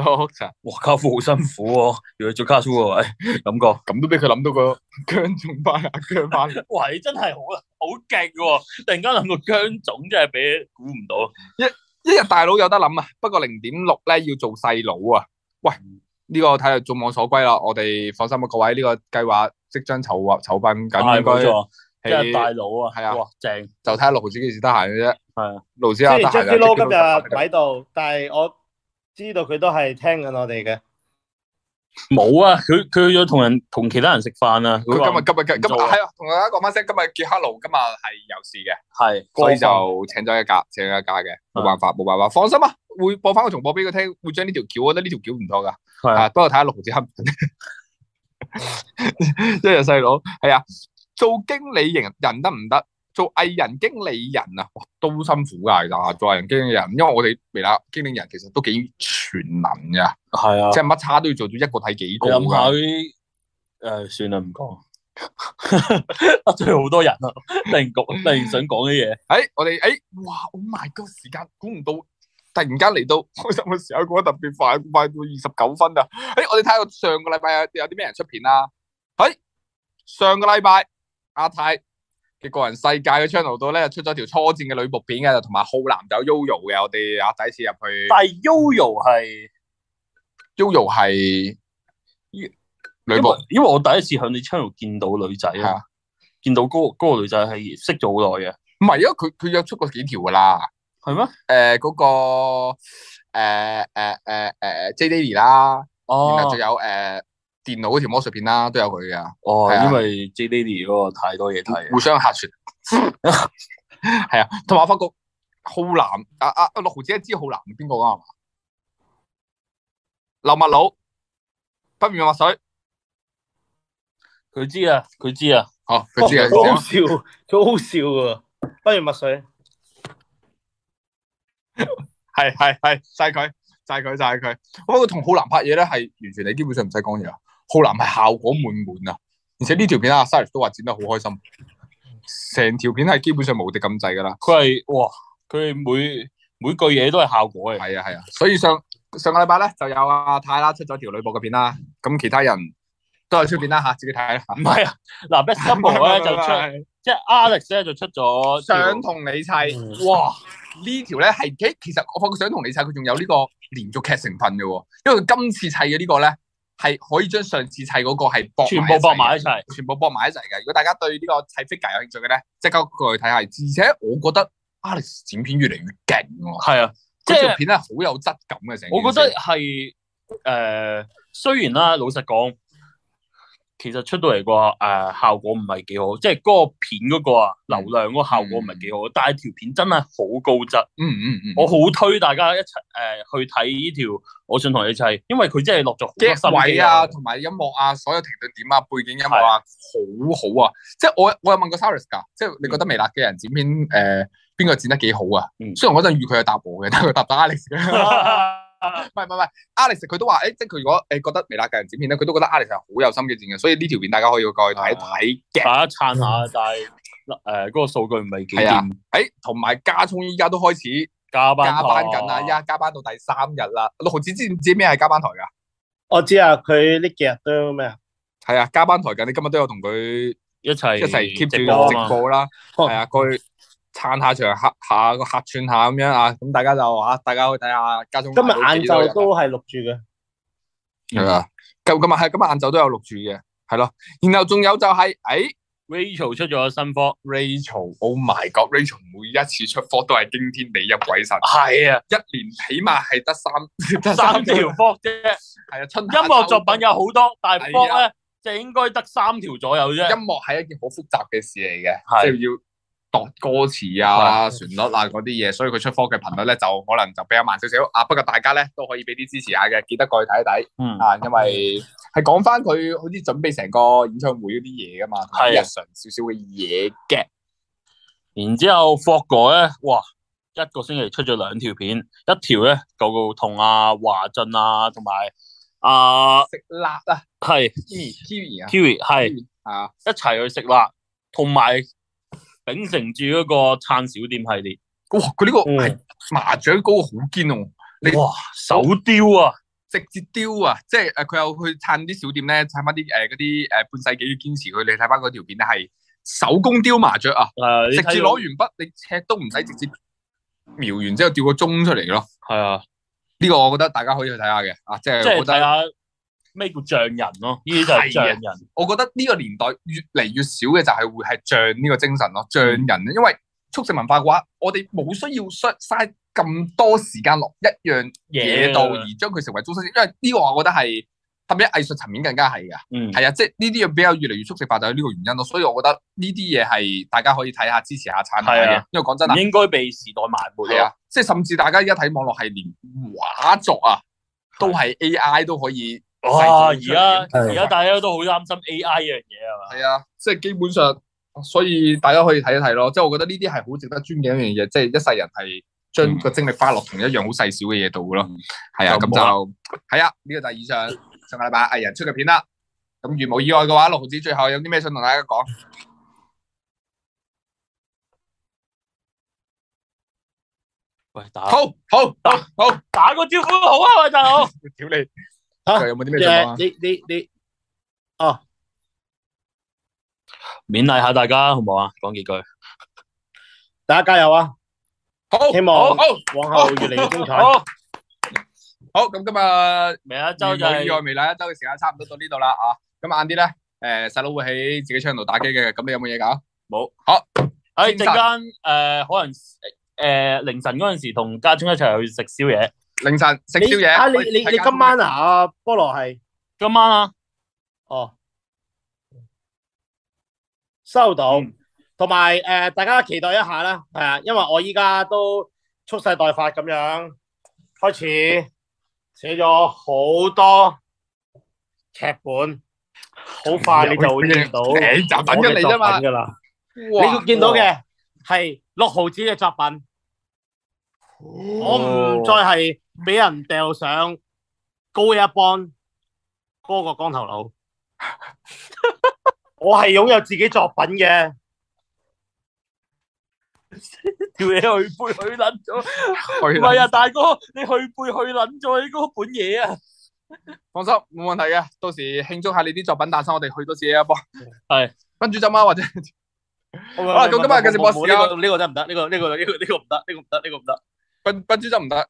S2: 碌柒
S1: 哇，卡夫好辛苦喎，要去做卡夫喎，喂感覺，
S2: 咁都俾佢諗到個姜仲翻阿姜翻嚟，
S1: 哇，你真係好啊，好勁喎，突然間諗到姜總真係俾你估唔到，
S2: 一日大佬有得諗啊，不過零點六咧要做細佬啊，喂呢、個睇嚟眾望所歸啦，我哋放心啊，各位呢、個計劃即將籌劃籌辦緊，
S1: 係冇
S2: 應
S1: 錯，
S2: 該
S1: 真係大
S2: 係
S1: 佬啊，
S2: 係啊
S1: 哇，正，
S2: 就睇下盧子幾時得閒嘅啫，
S1: 係啊，
S2: 盧子
S3: 即
S2: 啊
S3: 係
S2: 得閒
S3: Jackie
S2: 就
S3: Lou
S2: 基本
S3: 今日
S2: 上
S3: 唔喺度，但係我知道佢都係聽緊我哋嘅。
S1: 冇啊，佢佢去咗同人同其他人食飯啊，
S2: 佢
S1: 話
S2: 今日今日今日今
S1: 做
S2: 日
S1: 啊
S2: 係啊，同大家講翻聲，今日傑克勞今日係有事嘅，
S1: 係，
S2: 所以就請咗一假，請咗一假嘅，
S1: 啊
S2: 冇辦法冇辦法，放心啊，會播翻個重播俾佢聽，會將呢條橋，我覺得呢條橋唔錯噶，
S1: 係啊
S2: 啊，不過睇下六毫 (laughs) 子黑唔黑一日細佬係啊，做經理人人得唔得？做藝人經理人啊，哇都辛苦㗎，其實啊做藝人經理人，因為我哋微辣經理人其實都幾全能㗎，
S1: 係啊
S2: 即。啊係乜叉都要做到一個睇幾個
S1: 你諗下
S2: 㗎，
S1: 啲诶，算啦，唔 (laughs) 講，得罪好多人啊！突然講，突然想講啲嘢，
S2: 诶、哎我哋诶、哇！Oh my god！時間估唔到，突然間嚟到 (laughs) 開心嘅時候，過得特別快，快到二十九分啊！诶、我哋睇下上個禮拜有有啲咩人出片啦、啊。诶、上個禮拜阿泰嘅個人世界嘅 channel 度咧出咗條初戰嘅女僕片嘅，同埋浩南有 Yoyo 嘅，我哋阿仔次入去
S1: 但係 Yoyo 係
S2: Yoyo 係女
S1: 因
S2: 僕
S1: 為，因為我第一次向你 channel 見到女仔
S2: 係啊
S1: 啊，見到嗰個嗰個女仔係識咗好耐嘅，
S2: 唔係因為佢佢有出過幾條噶啦。
S1: 係咩？
S2: 诶、嗰、個诶诶诶诶 J Daily 啦。然
S1: 哦
S2: 後仲有诶、呃、电脑嗰條魔術片啦，都有佢噶，
S1: 哦
S2: 係，啊
S1: 因為 J Lady 嗰個太多嘢睇啊，
S2: 互相客串。 (laughs) 係啊，同埋我發覺浩南啊啊啊六毫子知浩南係邊個噶係嘛？劉墨佬，不面墨水，
S1: 佢知啊，佢知啊，
S2: 哦，佢 (laughs) 知啊，
S3: 佢好
S2: 佢知啊
S3: 笑，佢好笑噶。不如墨水，
S2: 係係係，就係佢，就係佢，就係佢。我發覺同浩南拍嘢咧，係完全你基本上唔使講嘢啊。浩南係效果滿滿啊，而且呢條片啊 s i r u s 都話剪得好開心，成條片係基本上無敵咁滯噶啦。
S1: 佢係哇，佢係每每句嘢都係效果嚟，
S2: 系啊系啊，所以上上个礼拜咧就有阿泰啦出咗條女仆嘅片啦，咁其他人都有出片啦吓，自己睇啦吓
S1: 唔。
S2: (laughs)
S1: 係啊，嗱 Best (laughs) Couple 咧就出，即係 Alex 咧就出咗
S2: 想同你砌，
S3: 嗯
S2: 哇！呢條咧係幾，其實我發覺想同你砌佢仲有呢個連續劇成分嘅喎，因為佢今次砌嘅呢個咧係可以將上次砌嗰個係搏
S1: 全部搏埋
S2: 一齊
S1: 一齊，
S2: 嘅，全部搏埋一齊嘅。如果大家對呢個砌 figure 有興趣嘅咧，即刻過去睇下。而且我覺得 Alex 剪片越嚟越勁喎，
S1: 係啊，即
S2: 即
S1: 係
S2: 條。片咧好有質感嘅成件事。
S1: 我覺得係誒、呃，雖然啦，老實講，其實出到嚟個誒效果唔係幾好，即係嗰個片嗰個啊流量嗰個效果唔係幾好，但係條片真係好高質，
S2: 嗯嗯嗯，
S1: 我好推大家一齊誒、呃去睇呢條《我想同你砌》，因為佢真係落咗好多
S2: 嘅
S1: 心
S2: 位
S1: 機
S2: 啊，同埋音樂啊，所有停頓點啊，背景音樂啊，好好啊！即係我我有問過 Saris 㗎，即係你覺得微辣嘅人剪片誒邊個剪得幾好啊？
S1: 嗯
S2: 雖然我嗰陣預佢係答我嘅，但係佢答咗 Alex 嘅。 (laughs) 唔係唔係唔係，Alex 佢都話誒，即係佢如果誒覺得微辣嘅人剪片咧，佢都覺得 Alex 係好有心機剪嘅，所以呢條片大家可以過去睇一睇
S1: (laughs)
S2: 嘅。
S1: 大家撐下，但係誒嗰個數據唔係幾
S2: 係啊
S1: 掂，
S2: 誒，同埋加聰依家都開始
S1: 加班啊
S2: 加班緊啊啦，
S1: 啦，
S2: 依家加班到第三日啦。六毫子知唔知咩係加班台㗎？
S3: 我知啊，佢呢幾日都咩啊？
S2: 係啊，加班台緊，你今日都有同佢
S1: 一齊
S2: 一齊 keep 住
S1: 直
S2: 直
S1: 播啊嘛，
S2: 播啦，
S3: 哦
S2: 係啊，過去撐下場，客下個客串下咁樣啊，咁大家就啊，大家去睇下家中
S3: 今日晏晝都係錄住嘅。
S2: 啊係啊，今今日係今日晏晝都有錄住嘅，係咯，然後仲有就係、誒。
S1: Rachel 出咗新科，
S2: Rachel，Oh my God，Rachel 每一次出科都係驚天地泣鬼神，
S1: 係啊，
S2: 一年起碼係得三得
S1: 三條科啫。
S2: 係啊，春
S1: 音
S2: 夏秋
S1: 樂作品有好多，但係
S2: 係
S1: blog
S2: 啊
S1: 咧就應該得三條左右啫。
S2: 音樂係一件好複雜嘅事嚟
S1: 係
S2: 嘅，即係要度歌詞啊、旋律啊嗰啲嘢，所以佢出科嘅頻率咧就可能就比較慢少少啊。不過大家咧都可以俾啲支持下嘅，記得過去睇一睇
S1: 嗯，
S2: 啊，因為係講翻佢好似準備成個演唱會嗰啲嘢噶嘛，同埋啲
S1: 係啊
S2: 日常少少嘅嘢嘅。
S1: 然之後 Fog 哥咧，哇，一個星期出咗兩條片，一條咧就同阿華俊啊，同埋阿
S2: 食辣啊
S1: 係
S2: ，Kimi 啊，
S1: Kiri 係
S2: 啊，
S1: 一齊去食辣，同埋秉承住嗰個撐小店系列，
S2: 哇！佢呢個
S3: 嗯
S2: 係麻雀嗰個好堅喎。你
S1: 哇，手雕啊，
S2: 直接丟啊！即係誒，佢有去撐啲小店咧，撐翻啲呃誒嗰啲誒半世紀要堅持佢。你睇翻嗰條片咧，係手工雕麻雀啊！
S1: 誒
S2: 直接攞完筆，你尺都唔使，直接描完之後調個鐘出嚟咯。
S1: 係啊，
S2: 呢、個我覺得大家可以去睇下嘅啊，
S1: 即
S2: 即係
S1: 係
S2: 我覺
S1: 睇
S2: 得，
S1: 下咩叫匠人咯，呢
S2: 啊
S1: 啲就係匠人，
S2: 我覺得呢個年代越嚟越少嘅就係會係匠呢個精神
S1: 嗯
S2: 咯，匠人。啊因為速食文化嘅話，我哋冇需要嘥嘥咁多時間落一樣嘢度，而將佢成為中心，因為呢個我覺得係特別藝術層面更加係㗎。
S1: 嗯，
S2: 係啊，即係呢啲嘢比較越嚟越速食化，就係呢個原因咯。所以我覺得呢啲嘢係大家可以睇下、支持下、撐下
S1: 係啊
S2: 嘅。因為講真啊
S1: 唔，應該被時代埋沒
S2: 係
S1: 咯
S2: 啊，，即係甚至大家而家睇網絡係連畫作啊，都係 AI 都可以製
S1: 哇！
S2: 造
S1: 而
S2: 出嚟
S1: 家
S2: 嘅。
S3: 係
S1: 而家大家都好擔心 A.I. 呢樣嘢係嘛？
S2: 係啊，即係基本上，所以大家可以睇一睇咯。即係我覺得呢啲係好值得尊敬一樣嘢，即係一世人係將個精力花落同一樣好細小嘅嘢度咯。係
S1: 就
S2: 啊，嗯咁
S1: 冇
S2: 就係啊，呢個就係以上上個禮拜藝人出嘅片啦。咁如無意外嘅話，六毫子最後有啲咩想同大家講？
S1: 喂，打
S2: 好好好好，
S1: 打個招呼好啊，喂大佬，
S2: 屌你！
S3: 嚇
S2: 有冇啲咩想講啊
S3: 誒，？你你你
S1: 勉勵下大家好唔好啊？講幾句，
S3: 大家加油啊！
S2: 好，
S3: 希
S2: 好
S3: 望
S2: 好
S3: 往後越嚟越精彩。
S1: 好，
S2: 好，咁今日
S1: 明一
S2: 就
S1: 周就
S2: 意外
S1: 係
S2: 未來一周嘅時間差唔多到呢度啦啊！咁晏啲咧，誒細佬會喺自己 channel 打機嘅，咁你有冇嘢搞？
S1: 冇
S2: 好，
S1: 哎喺陣
S2: 精神
S1: 間誒，可能誒凌晨嗰陣時同家中一齊去食宵夜，
S2: 凌晨食
S3: 你
S2: 宵夜
S3: 啊，你
S2: 可以
S3: 你
S2: 睇
S3: 你
S2: 間
S3: 今晚啊，阿菠蘿係
S1: 今晚啊，
S3: 哦，收到。同埋誒，大家期待一下啦，係啊，因為我依家都蓄勢待發咁樣，開始寫咗好多劇本，好快你就會見到我
S2: 你就等緊
S3: 嘅
S2: 你
S3: 作
S2: 啫嘛
S3: 品，㗎啦。你
S2: 哇
S3: 會見到嘅係六毫子嘅作品，我唔再係俾人掉上高一幫嗰個光頭佬，我係擁有自己作品嘅。
S1: 叫你去背去撚咗，唔
S2: 去啦
S1: 係啊，大哥，你去背去撚咗你嗰本嘢啊，
S2: 放心，冇問題嘅。到時慶祝下你啲作品誕生，我哋去多次啊一波。
S1: 係
S2: 分主針啊，或者
S3: 好
S2: 啦咁今日嘅直播時間
S3: 呢個呢個得唔得？呢個呢個呢個呢個唔得，呢個唔得，呢個唔得。
S2: 分分主針唔得，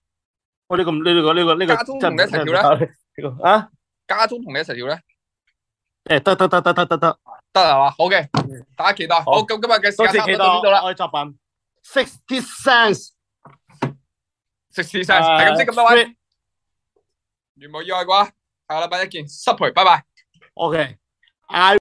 S3: 我呢個唔呢個呢個呢個
S2: 家中
S3: 真
S2: 同你一齊跳
S3: 真唔得呢個啊？
S2: 家中同你一齊跳咧，
S3: 誒得得得得得得得，
S2: 得係嘛？好嘅，
S3: 嗯
S2: 大家期待。好，咁今日嘅
S3: 到
S2: 時間差唔
S3: 時期
S2: 多
S3: 待
S2: 到呢度啦。
S3: 我嘅作品 Sixty Cents。
S2: 食屎晒，係咁先，咁多位。
S3: 位。
S2: 如無意外嘅話，下個禮拜一見，失陪，拜拜。
S3: O K，I